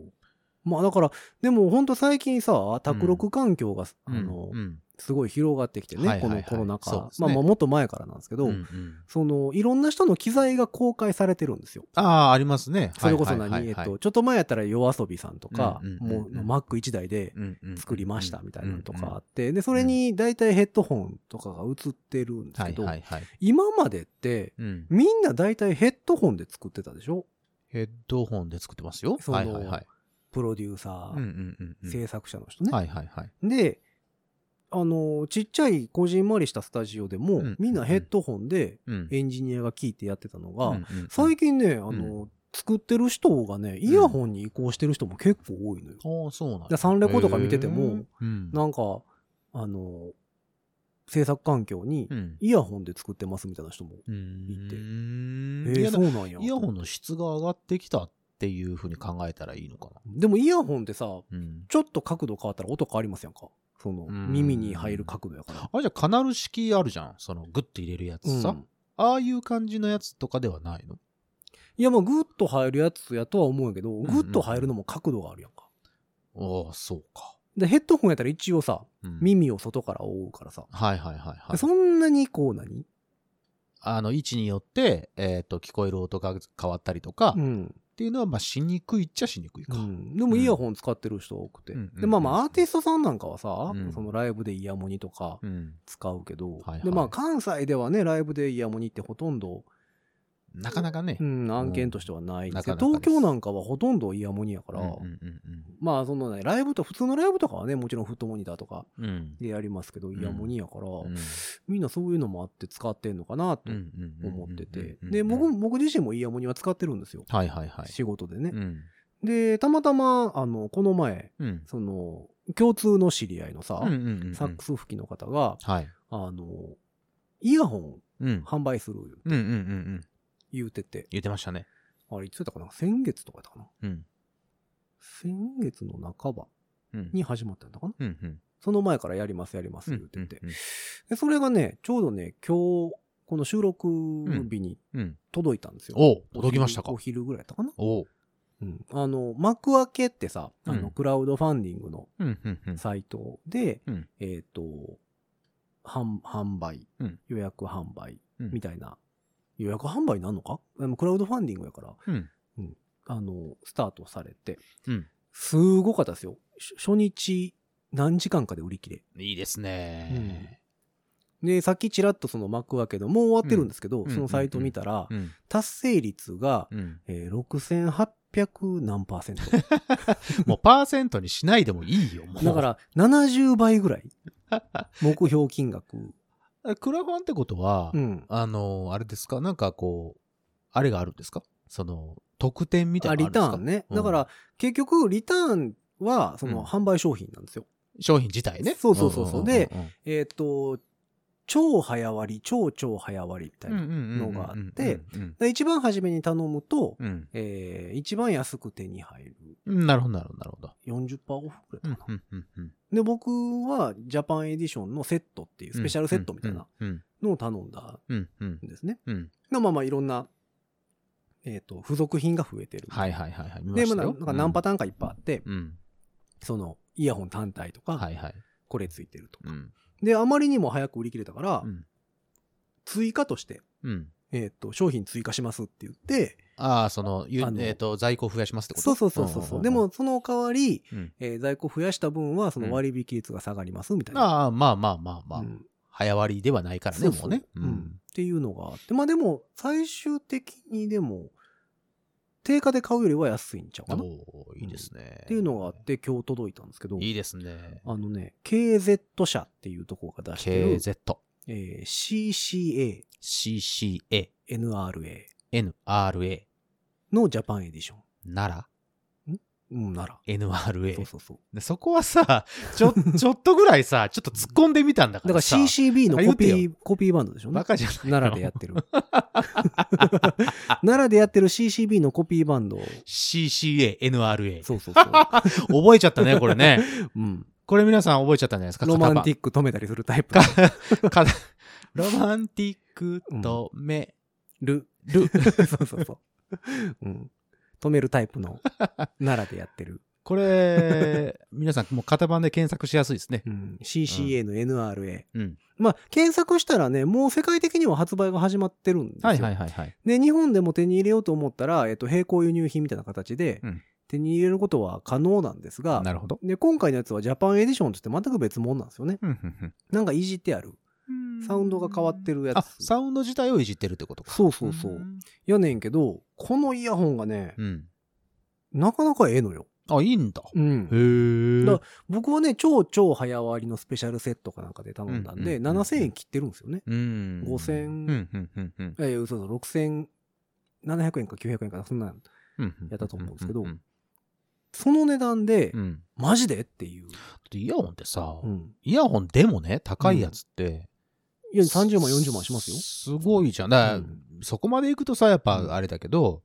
まあだから、でも本当最近さ、卓録環境が、あの、うんすごい広がってきてね、はいはいはいこのコロナ禍、そうですまあねまあもっと前からなんですけうど、んうんその、いろんな人の機材が公開されてるんですよ。ああ、ありますね。それこそ何、はいはいえっはいはと、いちょっと前やったら夜遊びさんとか、うんうんもうんううん Mac1 台でうんうん作りましたみたいなのとかあっうて、で、それに大体ヘッドホンとかが映ってるんですんけうんど、はいはいはい。今までって、うんみんな大体ヘッドホンで作ってたでしょヘッドホンで作ってますよ。そのはいはいはい。プロデューサうんー、うんうんうん制作者の人ね。はいはいはい。で、あの、ちっちゃいこじんまりしたスタジオでも、うんみんなヘッドホンでうんエンジニアが聞いてやってたのが、うんうんうん最近ね、あの、作ってる人がね、イヤホンに移行してる人も結構多いのよ。ああ、そうなんでだ。サンレコとか見ててもへー、うんなんか、あの、制作環境にうんイヤホンで作ってますみたいな人も。うてえんいー、やそうなんや。イヤホンの質が上がってきたっていうふうに考えたらいいのかでもイヤホンってさ、な。うんちょっと角度変わったら音変わりますやんか。その、うん耳に入る角度やから。あれじゃカナル式あるじゃん。そのグッて入れるやうつさん。ああいう感じのやつとかではないのいや、まあ、グッと入るやつやとは思うんやけど、んグッと入るのも角度があるやんか。ああ、そうか。で、ヘッドホンやったら一応さ、うん耳を外から覆うからさ。はいはいはいはい。そんなにこう何、あの、位置によって、えっ、と、聞こえる音が変わったりとか、うっん。ていうのは、まあ、しにくいっちゃしにくいか。うんでもイヤホン使ってる人多くて。うんで、まあまあ、アーティストさんなんかはさ、うんそのライブでイヤモニとかうん使うけど、はいはいで、まあ、関西ではね、ライブでイヤモニってほとんど、なかなかね。うん、案件としてはないんですけど、なかなか東です京なんかはほとんどイヤモニやから、うんうんまあそのね、ライブと、普通のライブとかはね、もちろんフットモニターとかうんうん。でやりますけど、んイヤモニやから、うんみんなそういうのもあって使ってんのかなとうんうんうん思ってて。うんで、僕、僕自身もイヤモニは使ってるんですよ。はいはいはい。仕事でねう。ん。で、たまたま、あの、この前、うん。その、共通の知り合いのさうん、うんうんうんサックス吹きの方が、はい。あの、イヤホンうん。販売するうんうんうんうん。言うてて、言ってましたね。あれいつやったかな先月とかやったかなうん。先月の半ばうん。に始まったんだかなうんうん。その前からやりますやりますう言んうててうん。うんで、それがね、ちょうどね、今日、この収録日にうん。届いたんですよ。おう届きましたかお昼ぐらいだったかな。おう。うん。あの、幕開けってさ、あうんの、クラウドファンディングのうん、うん、うん。サイトで、うんえっ、と、販販売、うん予約販売、うんみたいな、予約販売なんのかでもクラウドファンディングやから、うんうんあの、スタートされて、うんすごかったですよ。し初日、何時間かで売り切れ。いいですね。で、さっきちらっとその幕開けど、もう終わってるんですけど、うんそのサイト見たら、うん。達成率が、うん。えー、6800何パーセント。 もうパーセントにしないでもいいよ、もう。だから、70倍ぐらい、目標金額。ら、クラファンってことはう、ん。あの、あれですかなんかこう、あれがあるんですかその、特典みたいあなのあるリんでタすかーンね。うんだから、結局、リターンは、そうんの、販売商品なんですよ。商品自体ね。そうそうそうそうんんんんで、えっ、と、超早割り、超超早割りみたいな。のがあって、うんで一番初めに頼むと、うんうんえー一番安く手に入る。うん。なるほど、なるほど、なるほど。 40%オフくうらいんかな。うんうんうんで、僕は、ジャパンエディションのセットっていう、スペシャルセットみたいな。うんのを頼んだうんうんんですね。うん。でまあまあ、いろんな、えっ、と、付属品が増えてる。はいはいはいはい。で、まあ、なんか何パタターンかいっぱいあって、ーンうん。その、イヤホン単体とか、はいはい。これついてるとか。うん。で、あまりにも早く売り切れたから、うん追加として、うん。えっ、と、商品追加しますって言って、ああ、その、ゆあのえっと、在庫を増やしますってことそうそうそうそう。んんんでも、、その代わり、うんえー在庫増やした分は、その割引率が下がりますみたいな。ああ、まあまあまあまあ、うん早割りではないからね、そうそもううね。うんっていうのがあって、まあでも、最終的にでも、定価で買うよりは安いんちゃうかなっおーいいですね。っていうのがあって、今日届いたんですけど、いいですね。あのね、KZ 社っていうところが出してる、 KZ、えー CCA、 CCA、NRA NRA、のジャパンエディション。奈うん、なら。良、NRA そう。そうそう。でそこはさ、ちょ、ちょっとぐらいさ、ちょっと突っ込んでみたんだかだかららさ。 CCB のあ言コうてピよー、コピーバンドでしょうねバ。カじゃないの奈良でやってる。 奈良でやってる CCB のコピーバンド。 CCA、NRA。そうそうそ 覚えちゃったね、これね。う。うん。これ皆さん覚えちゃったんじゃないですかロマンティィック止めたりするタイプ。ック。かロマンティックとめる。る。 そうそうそう。うん。止めるタイプ の奈良でやってる。これ、皆さんもう型番で検索しやすいですね。うん。CCA の NRA。うん。まあ、検索したらね、もう世界的には発売が始まってるんですよ。はいはいはいはい。で、日本でも手に入れようと思ったら、えっと、並行輸入品みたいな形でうん、手に入れることは可能なんですが、なるほど。で、今回のやつはジャパンエディションとして全く別物なんですよね。なんかいじってある。サウンドが変わってるやあ、つ。サウンド自体をいじってるってことか。そうそうそう。やねんけど、このイヤホンがね、うん。なかなかええのよ。あ、いいんだ。うんへ。え。だ僕はね、超超早割りのスペシャルセットかなんかで頼んだんで、うんうんうんうん7000円切ってるんですよね。うん。 5000うんうんうんうん。え、嘘だ、6700円か900円かな、そんなん。やったと思うんですけどうんその値段でう、ん。だマジでっていう。ってイヤホンってさ、うん。イヤホンでもね、高いやつって。いや、30万、40万しますよ。すごいじゃん。だからうんそこまで行くとさ、やっぱあれだけど、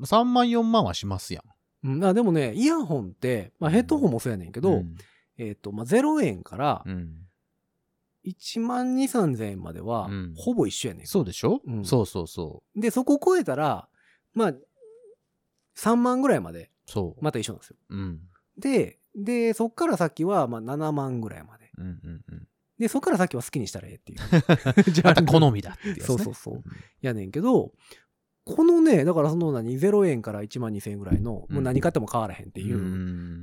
3万、4万はしますやん。うん、あでもね、イヤホンって、まあ、ヘッドホンもそうやねんけど、うんえっ、と、まあ、0円からうん1万2、3000円まではうん、ほぼ一緒やねん。そうでしょうんそうそうそで、そこ超えたら、まあ、3万ぐらいまで、う。そう。また一緒なんですよ。うん。で、で、そっから先は、まあ、7万ぐらいまで。うんうん うん。で、そっから先は好きにしたらええっていう。 じゃあ、好みだってやつねそうそうそう。やねんけど、このね、だからその何、0円から1万2000円ぐらいの、うんもう何買っても変わらへんっていうう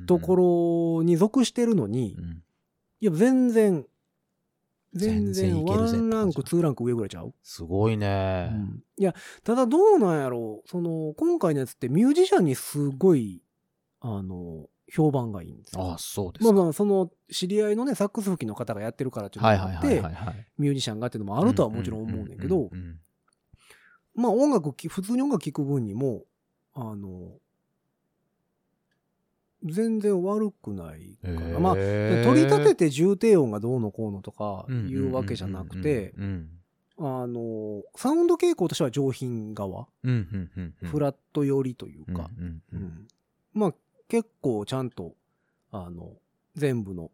んところに属してるのに、うんいや、全然、全全然然、いけるワぜっンて感じランク、ツーランク上ぐらいちゃう、すごいねう。んいや、ただどうなんやろう、その、今回のやつってミュージシャンにすごい、あの、評判がいいんですよ。ああ、そうですまあか。まあ、その、知り合いのね、サックス吹きの方がやってるからっていうのはいもはいあっはいては、いはい。ミュージシャンがっていうのもあるとはもちろん思うねんだけうどう、んうんまあ音楽き、普通に音楽聴く分にも、あの、全然悪くないかうんうん。へな。ーまあ、取り立てて重低音がどうのこうのとかいうわけじゃなくて、うんうんあの、サウンド傾向としては上品側、うんうんうんうん。フラット寄りというか、うんううんんまあ結構ちゃんと、あの、全部の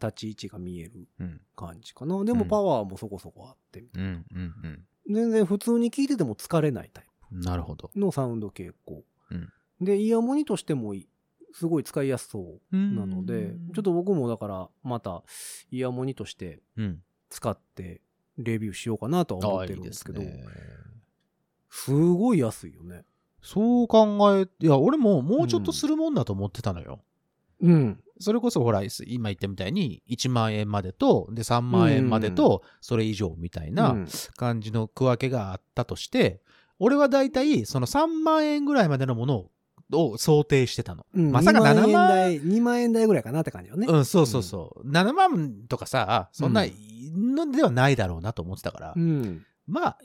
立ち位置が見えるうん感じかな。でもパワーもそこそこあって、うんうん全然普通に聴いてても疲れないタイなるほど。プのサウンド傾向。うんで、イヤモニとしてもいすごい使いやすそうななので、ちょっと僕もだからまたイヤモニとしてうん使ってレビューしようかなとは思ああっているいんでですすけど、ね。すごい安いよね。そう考え、いや、俺ももうちょっとするもんだと思ってたのよ。うん。それこそほら、今言ったみたいに、1万円までと、で、3万円までと、それ以上みたいな、うん感じの区分けがあったとして、俺はだいたいその3万円ぐらいまでのものを想定してたの。うんまさか2 7万円台、2万円台ぐらいかなって感じよね。うん、そうそうそう。7万とかさ、そんなうのではないだろうなと思ってたから、うん。まあ、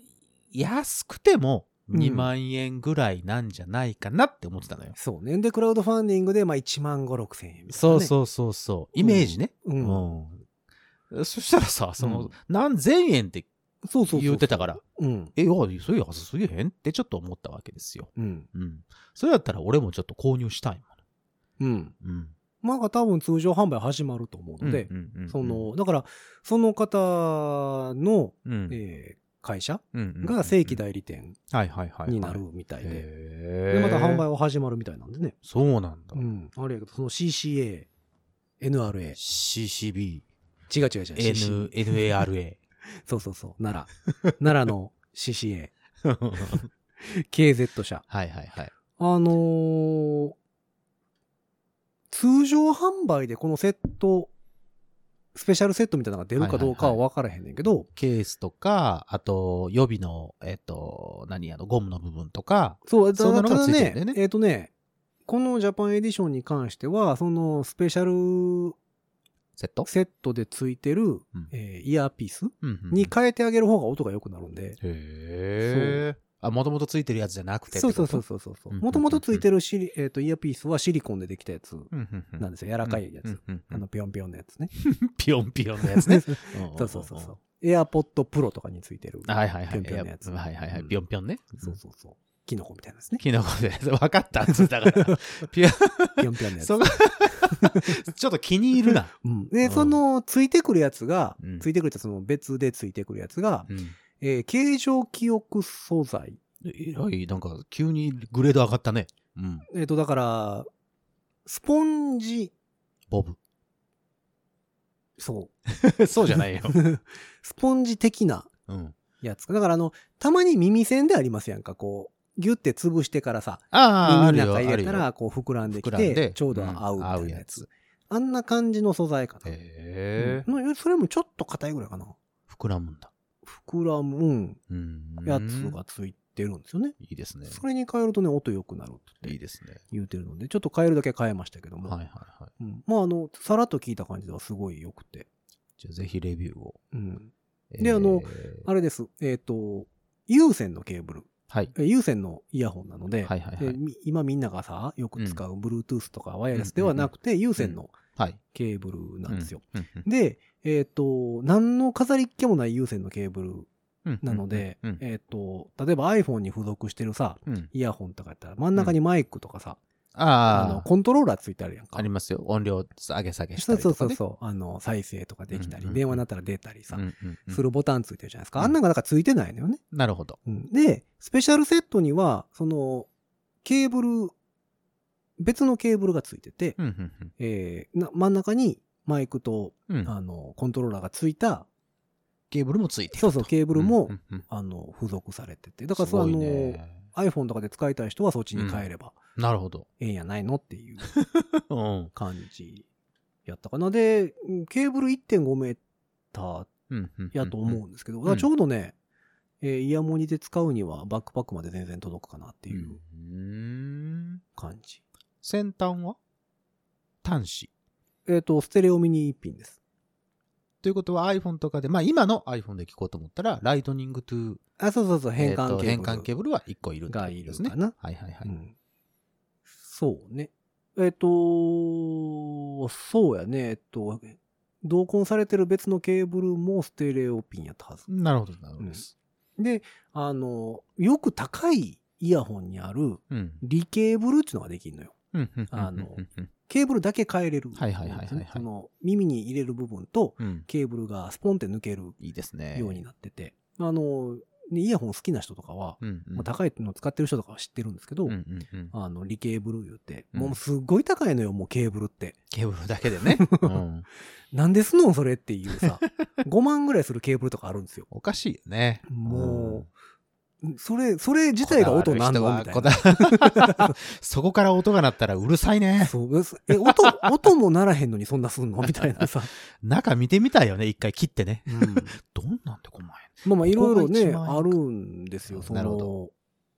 安くてもうん2万円ぐらいなんじゃないかなって思ってたのよ。そうね。で、クラウドファンディングで、まあ、1万5、6千円みたいな、ね。そうそうそうそう。イメージね。う。うん。うんそしたらさ、そうのん、何千円ってそうそうそう。言ってたから、うん。え、いや、そういう安すぎへんってちょっと思ったわけですよ。うん。うん。それだったら俺もちょっと購入したいうん。もん。うん。まあ、多分通常販売始まると思うので、うんうんうんうんその、だから、その方の、うんえー会社うんうんうんが正規代理店はいはいはいはい。になるみたいで、へーで、また販売は始まるみたいなんでね。そうなんだ。うん。あれやけど、その CCA、NRA、 CCB、違う違う違う、CC N、NARA。 そうそうそう、奈良。奈良の CCA、KZ 社。はいはいはい。あのー通常販売でこのセット、スペシャルセットみたいなのが出るかどうかは分からへんねんけど、ケースとか、あと、予備の、えっと、何あの、ゴムの部分とか。そう、そただんなのたがだついてるねんだよね、えっ、とね、このジャパンエディションに関しては、そのスペシャルセットセットでついてる、うんえーイヤーピースうんうんに変えてあげる方が音が良くなるんで、へえ。あ、もともとついてるやつじゃなくてってそうことそうそうそうそううんうんうんうんもともとついてるシリ、えー、とイヤーピースはシリコンでできたやつうんうんうんなんですよ柔らかいやうつ、んうんうんあのピョンピョンのやつね、ピヨンピヨンのやつ ね。そうそうそうそう。エアポッドプロとかについてる。はいはいはぴょい。んぴょんのやつはいはいうはい。んピョンピョンね。そうそうそう。キノコみたいなですね。キノコで、 分かったっつ ったから。ピョぴょんぴょんのやつ。 そこちょっと気に入るな。うんうで、んその、ついてくるやつがうん、ついてくるやつ、その別でついてくるやつが、うん。えー形状記憶素材。えらい、なんか、急にグレード上がったね。うん。えっ、と、だから、スポンジ、ボブ。 そそうじゃないよう。。 スポンジ的なうん。やつか。だから、あの、たまに耳栓でありますやんか、こう、ギュって潰してからさ、ああ、あ耳るのよ。中入あるれたよ。ら、こう、膨らんでき膨らんでて、ちょうど合うみたいなやつ。あんな感じの素材かな。へえ。まあそれもちょっと硬いぐらいかな。膨らむんだ。膨らむうんうん。やつが。ついてるんですよね。いいですね。それに変えるとね、音良くなるっていいですね。言うてるので、ちょっと変えるだけ変えましたけども。はいはいはい。うんまあ、あの、さらっと聞いた感じではすごい良くて。じゃあ、ぜひレビューを。うん。えーであの、あれです。えっ、と、有線のケーブル。はい。え有線のイヤホンなので、はいはいえはい。み今みんながさ、よく使う Bluetooth とかワイヤレスではなくて、有線のはい。ケーブルなんですよ。うんうんで、えっ、と、何の飾りっ気もない有線のケーブルうんなので、うんうんえっ、と、例えば iPhone に付属してるさ、うんイヤホンとかやったら真ん中にマイクとかさ、あのああ、コントローラーついてあるやんか。ありますよ。音量上げ下げしそたうりそうそとかうね。そう。あの、再生とかできたり、うんうんうん電話になったら出たりさ、うんうんうんするボタンついてるじゃないですか。うんあんなんがなんかついてないのよね、なるほど。うんで、スペシャルセットには、その、ケーブル、別のケーブルがついてて、うんうんうんえーな真ん中にマイクと、うんあの、コントローラーがついた、ケーブルもついてるそうそう、ケーブルも、うんうんあの、付属されてて。だだからそう、あの、iPhone とかで使いたい人はそっちに変えればなるほど。ええんやないのって いううん。感じやったかな。で、うんケーブル1.5メーターうんうんやと思うんですけど、んだからちょうどね、えーイヤモニで使うにはバックパックまで全然届くかなってういううん感じ。先端は端子。えっ、と、ステレオミニ一品です。ということは iPhone とかで、まあ今の iPhone で聞こうと思ったら、ライトニングトゥあ、そうそうそう、変換ケーブル。変換ケーブルは1個いるってことですね。がいるかなはいはいはい。うんそうね。えっ、と、そうやね。えっと、同梱されてる別のケーブルもステレオピンやったはず。なるほど、なるほどです。で、あの、よく高いイヤホンにあるうんリケーブルっていうのができるのよ。うんうんうんうんうんあのケーブルだけ変えれるんですはね、いはいはいはいはいその耳に入れる部分とうん。ケーブルがスポンって抜けるいいですね。ようになってて、あの、ねイヤホン好きな人とかは、うんうんまあ、高いの使ってる人とかは知ってるんですけど、うんうんうんあの、リケーブル言って、うんもうすっごい高いのよ、もうケーブルって。ケーブルだけ でね。うんなんですのんそれっていう さ、5万ぐらいするケーブルとかあるんですよ。おかしいよね。もう、それ、それ自体が音なんのみたいこなだ。わる人はこ だそこから音が鳴ったらうるさい ね。そう、え、音、音もならへんのにそんなすんのみたいなさ。中見てみたいよね、一回切ってね。うんどんなんてこままあまあいろいろここね、が一番いいかあるんですよ。そなるほの、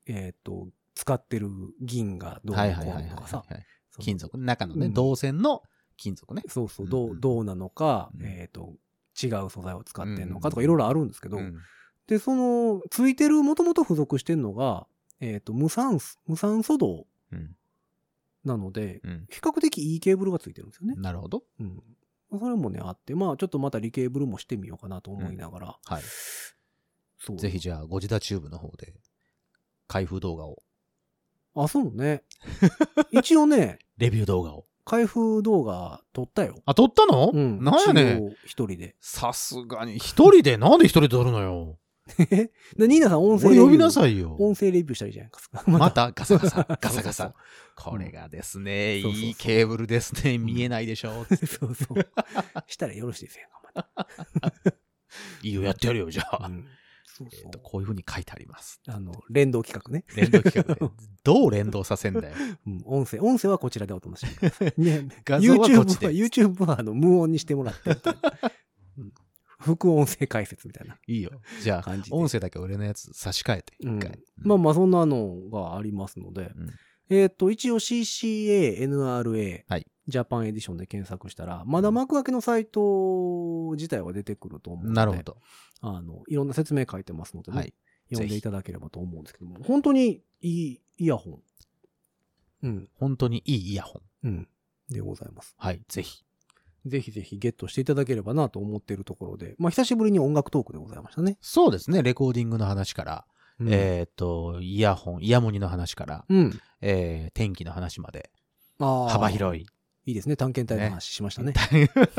えっ、と、使ってる銀がどうはいなのはいはいはいとかさは。い。その金属、中のね、うん銅線の金属ね。そうそう、うんどう、うんどうなのか、うんえっ、と、違う素材を使ってんのかとうかんいろいろあるんですけど、うんで、その、ついてる、もともと付属してんのが、えっ、と、無酸素、無酸素銅うんなので、うん比較的いいケーブルがついてるんですよね。なるほど。うん。それもね、あって、まあ、ちょっとまたリケーブルもしてみようかなと思いながら、はい。そう。ぜひじゃあ、ゴジダチューブの方で、開封動画を、あ、そうね。 一応ね、レビュー動画を。開封動画撮ったよ。あ、撮ったのうん。なんやねん。ん。一人で。 さすがに、一人で、なんで一人で撮るのよ。で、ニーナさん音声。俺呼びないさいよ。音声レビューしたらいいじゃないですか。 ままたガサガ サ、ガサガそうサ。これがですね、そうそうそういいケーブルですね、見えないでし ょ。そうそう。したらよろしいですよ、まいいよ、やってやるよ、じゃた。あう。んそうえそっとう。こういうふうに書いてあります。あの、連動企画ね。連動企画で。どう連動させ んだよ。うん音声。音声はこちらでお楽しみください。 ね、画像はこっち YouTube は、で。 YouTube はあの無音にしてもらってみたいな、うん副音声解説みたいないいよ。じゃあ、感じで。音声だけ俺のやつ差し替えて、一回。まあまあ、そんなのがありますので、うんえっ、と、一応 CCA、NRA、はいジャパンエディションで検索したら、まだ幕開けのサイト自体は出てくると思うので、なるほど。あの、いろんな説明書いてますのでね、はい読んでいただければと思うんですけども、本当にいいイヤホン。うん、本当にいいイヤホン。うん、でございます。はい、ぜひ。ぜひぜひゲットしていただければなと思っているところで、まあ、久しぶりに音楽トークでございましたね。そうですね、レコーディングの話から、うん、えーっと、イヤホン、イヤモニの話から、うん。えー天気の話まで、あー幅広い。いいですね。探検隊の話しましたね。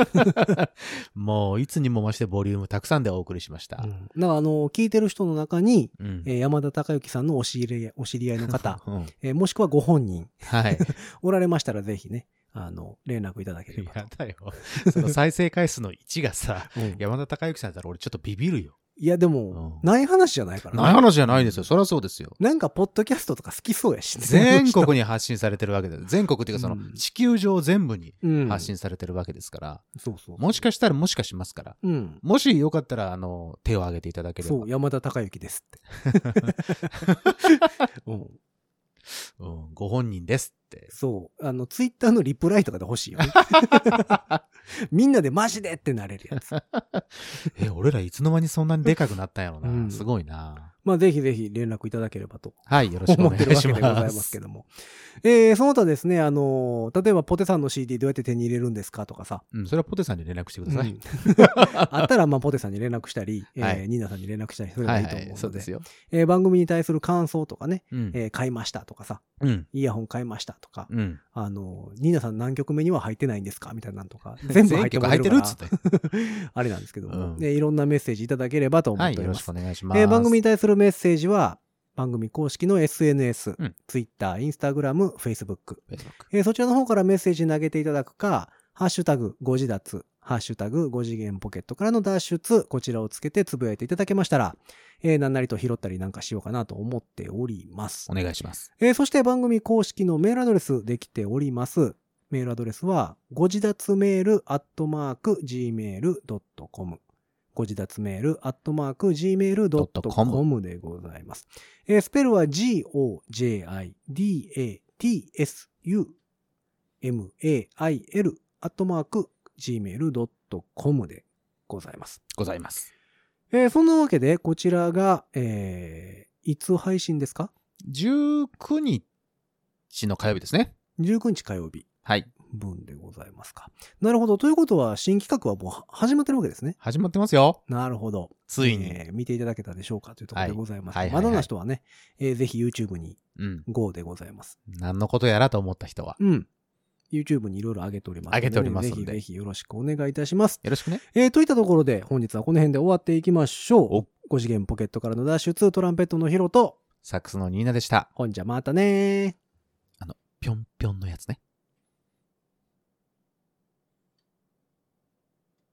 もう、いつにも増してボリュームたくさんでお送りしましたう。ん、だからあの、聞いてる人の中に、うん、えー山田孝之さんのお知り合いお知り合いの方 うんえーもしくはご本人、 はい。おられましたらぜひね、あの、連絡いただければと。やだよ。その再生回数の1 がさ、うんいや、山田孝之さんだったら俺ちょっとビビるよ。でも、うんない話じゃないからないね。話じゃないですよ。そりゃそうですよ。なんか、ポッドキャストとか好きそうやし、全国に発信されてるわけ で全国っていうかそのうん地球上全部にに発信されてるわけですから、そうそう。もしかしたらもしかしますから、うん。もしよかったらあの手を挙げていただければ。そう、山田孝之です って。うん、うんご本人ですって。 そう。あの、ツイッターのリプライとかで欲しいよね。みんなでマジでってなれるやつ。え、俺らいつの間にそんなにでかくなったんやろな。うんすごいな。まあ、ぜひぜひ連絡いただければとはい、よろしく思おっ願てるいわしけでございま。ますすけども。えー、その他ですね、あのー例えばポテさんの CD どうやって手に入れるんですかとかさ、うん、それはポテさんに連絡してください。うん あったら、まあ、ポテさんに連絡したり、えーはいニーナさんに連絡したりすればはいいいいとは思うので,、い、そうですよ。えー番組に対する感想とかね、うん。えー買いましたとかさ、うん。イヤホン買いましたとか、うん。あのーニーナさん何曲目には入ってないんですかみたいなのとか、 全部入ってもらえ全る曲か入らってるっつって。 あれなんですけども、うんでいろんなメッセージいただければと思はっい、ておよりろましすくお。願いします。えー番組に対するメッセージは、番組公式の SNS、うん Twitter、Instagram、Facebook、 Facebook えーそちらの方からメッセージ投げていただくか、ハッシュタグ5次脱、ハッシュタグ5次元ポケットからの脱出、こちらをつけてつぶやいていただけましたら、えー、なんなりと拾ったりなんかしようかなと思っておりますお。願いします。えーそして番組公式のメールアドレスできております。メールアドレスは、ご自立メールアットマーク gmail.com。ご自立メールアットマーク gmail.com でございます。えースペルは g-o-j-i-d-a-t-s-u-m-a-i-l アットマーク gmail.com でございます。ございます。えーそんなわけで、こちらが、えーいつ配信ですか19日の火曜日ですね。 ?19 日火曜日。はい。分でございますか。なるほど。ということは、新企画はもうは始まってるわけですね。始まってますよ。なるほど。ついに。えー見ていただけたでしょうかというところでございます。はいはいはいまだな人はね、えーぜひ YouTube にうん。 GO でございます。何のことやらと思った人は。うん。 YouTube にいろいろ上げておりますので、上げておりますんぜでひぜひよろしくお願いいたします。よろしくね。えー、といったところで本日はこの辺で終わっていきましょおう。5次元ポケットからの脱出、トランペットのヒロと、サックスのニーナでした。ほんじゃまたねー。ぴょんぴょんのやつね。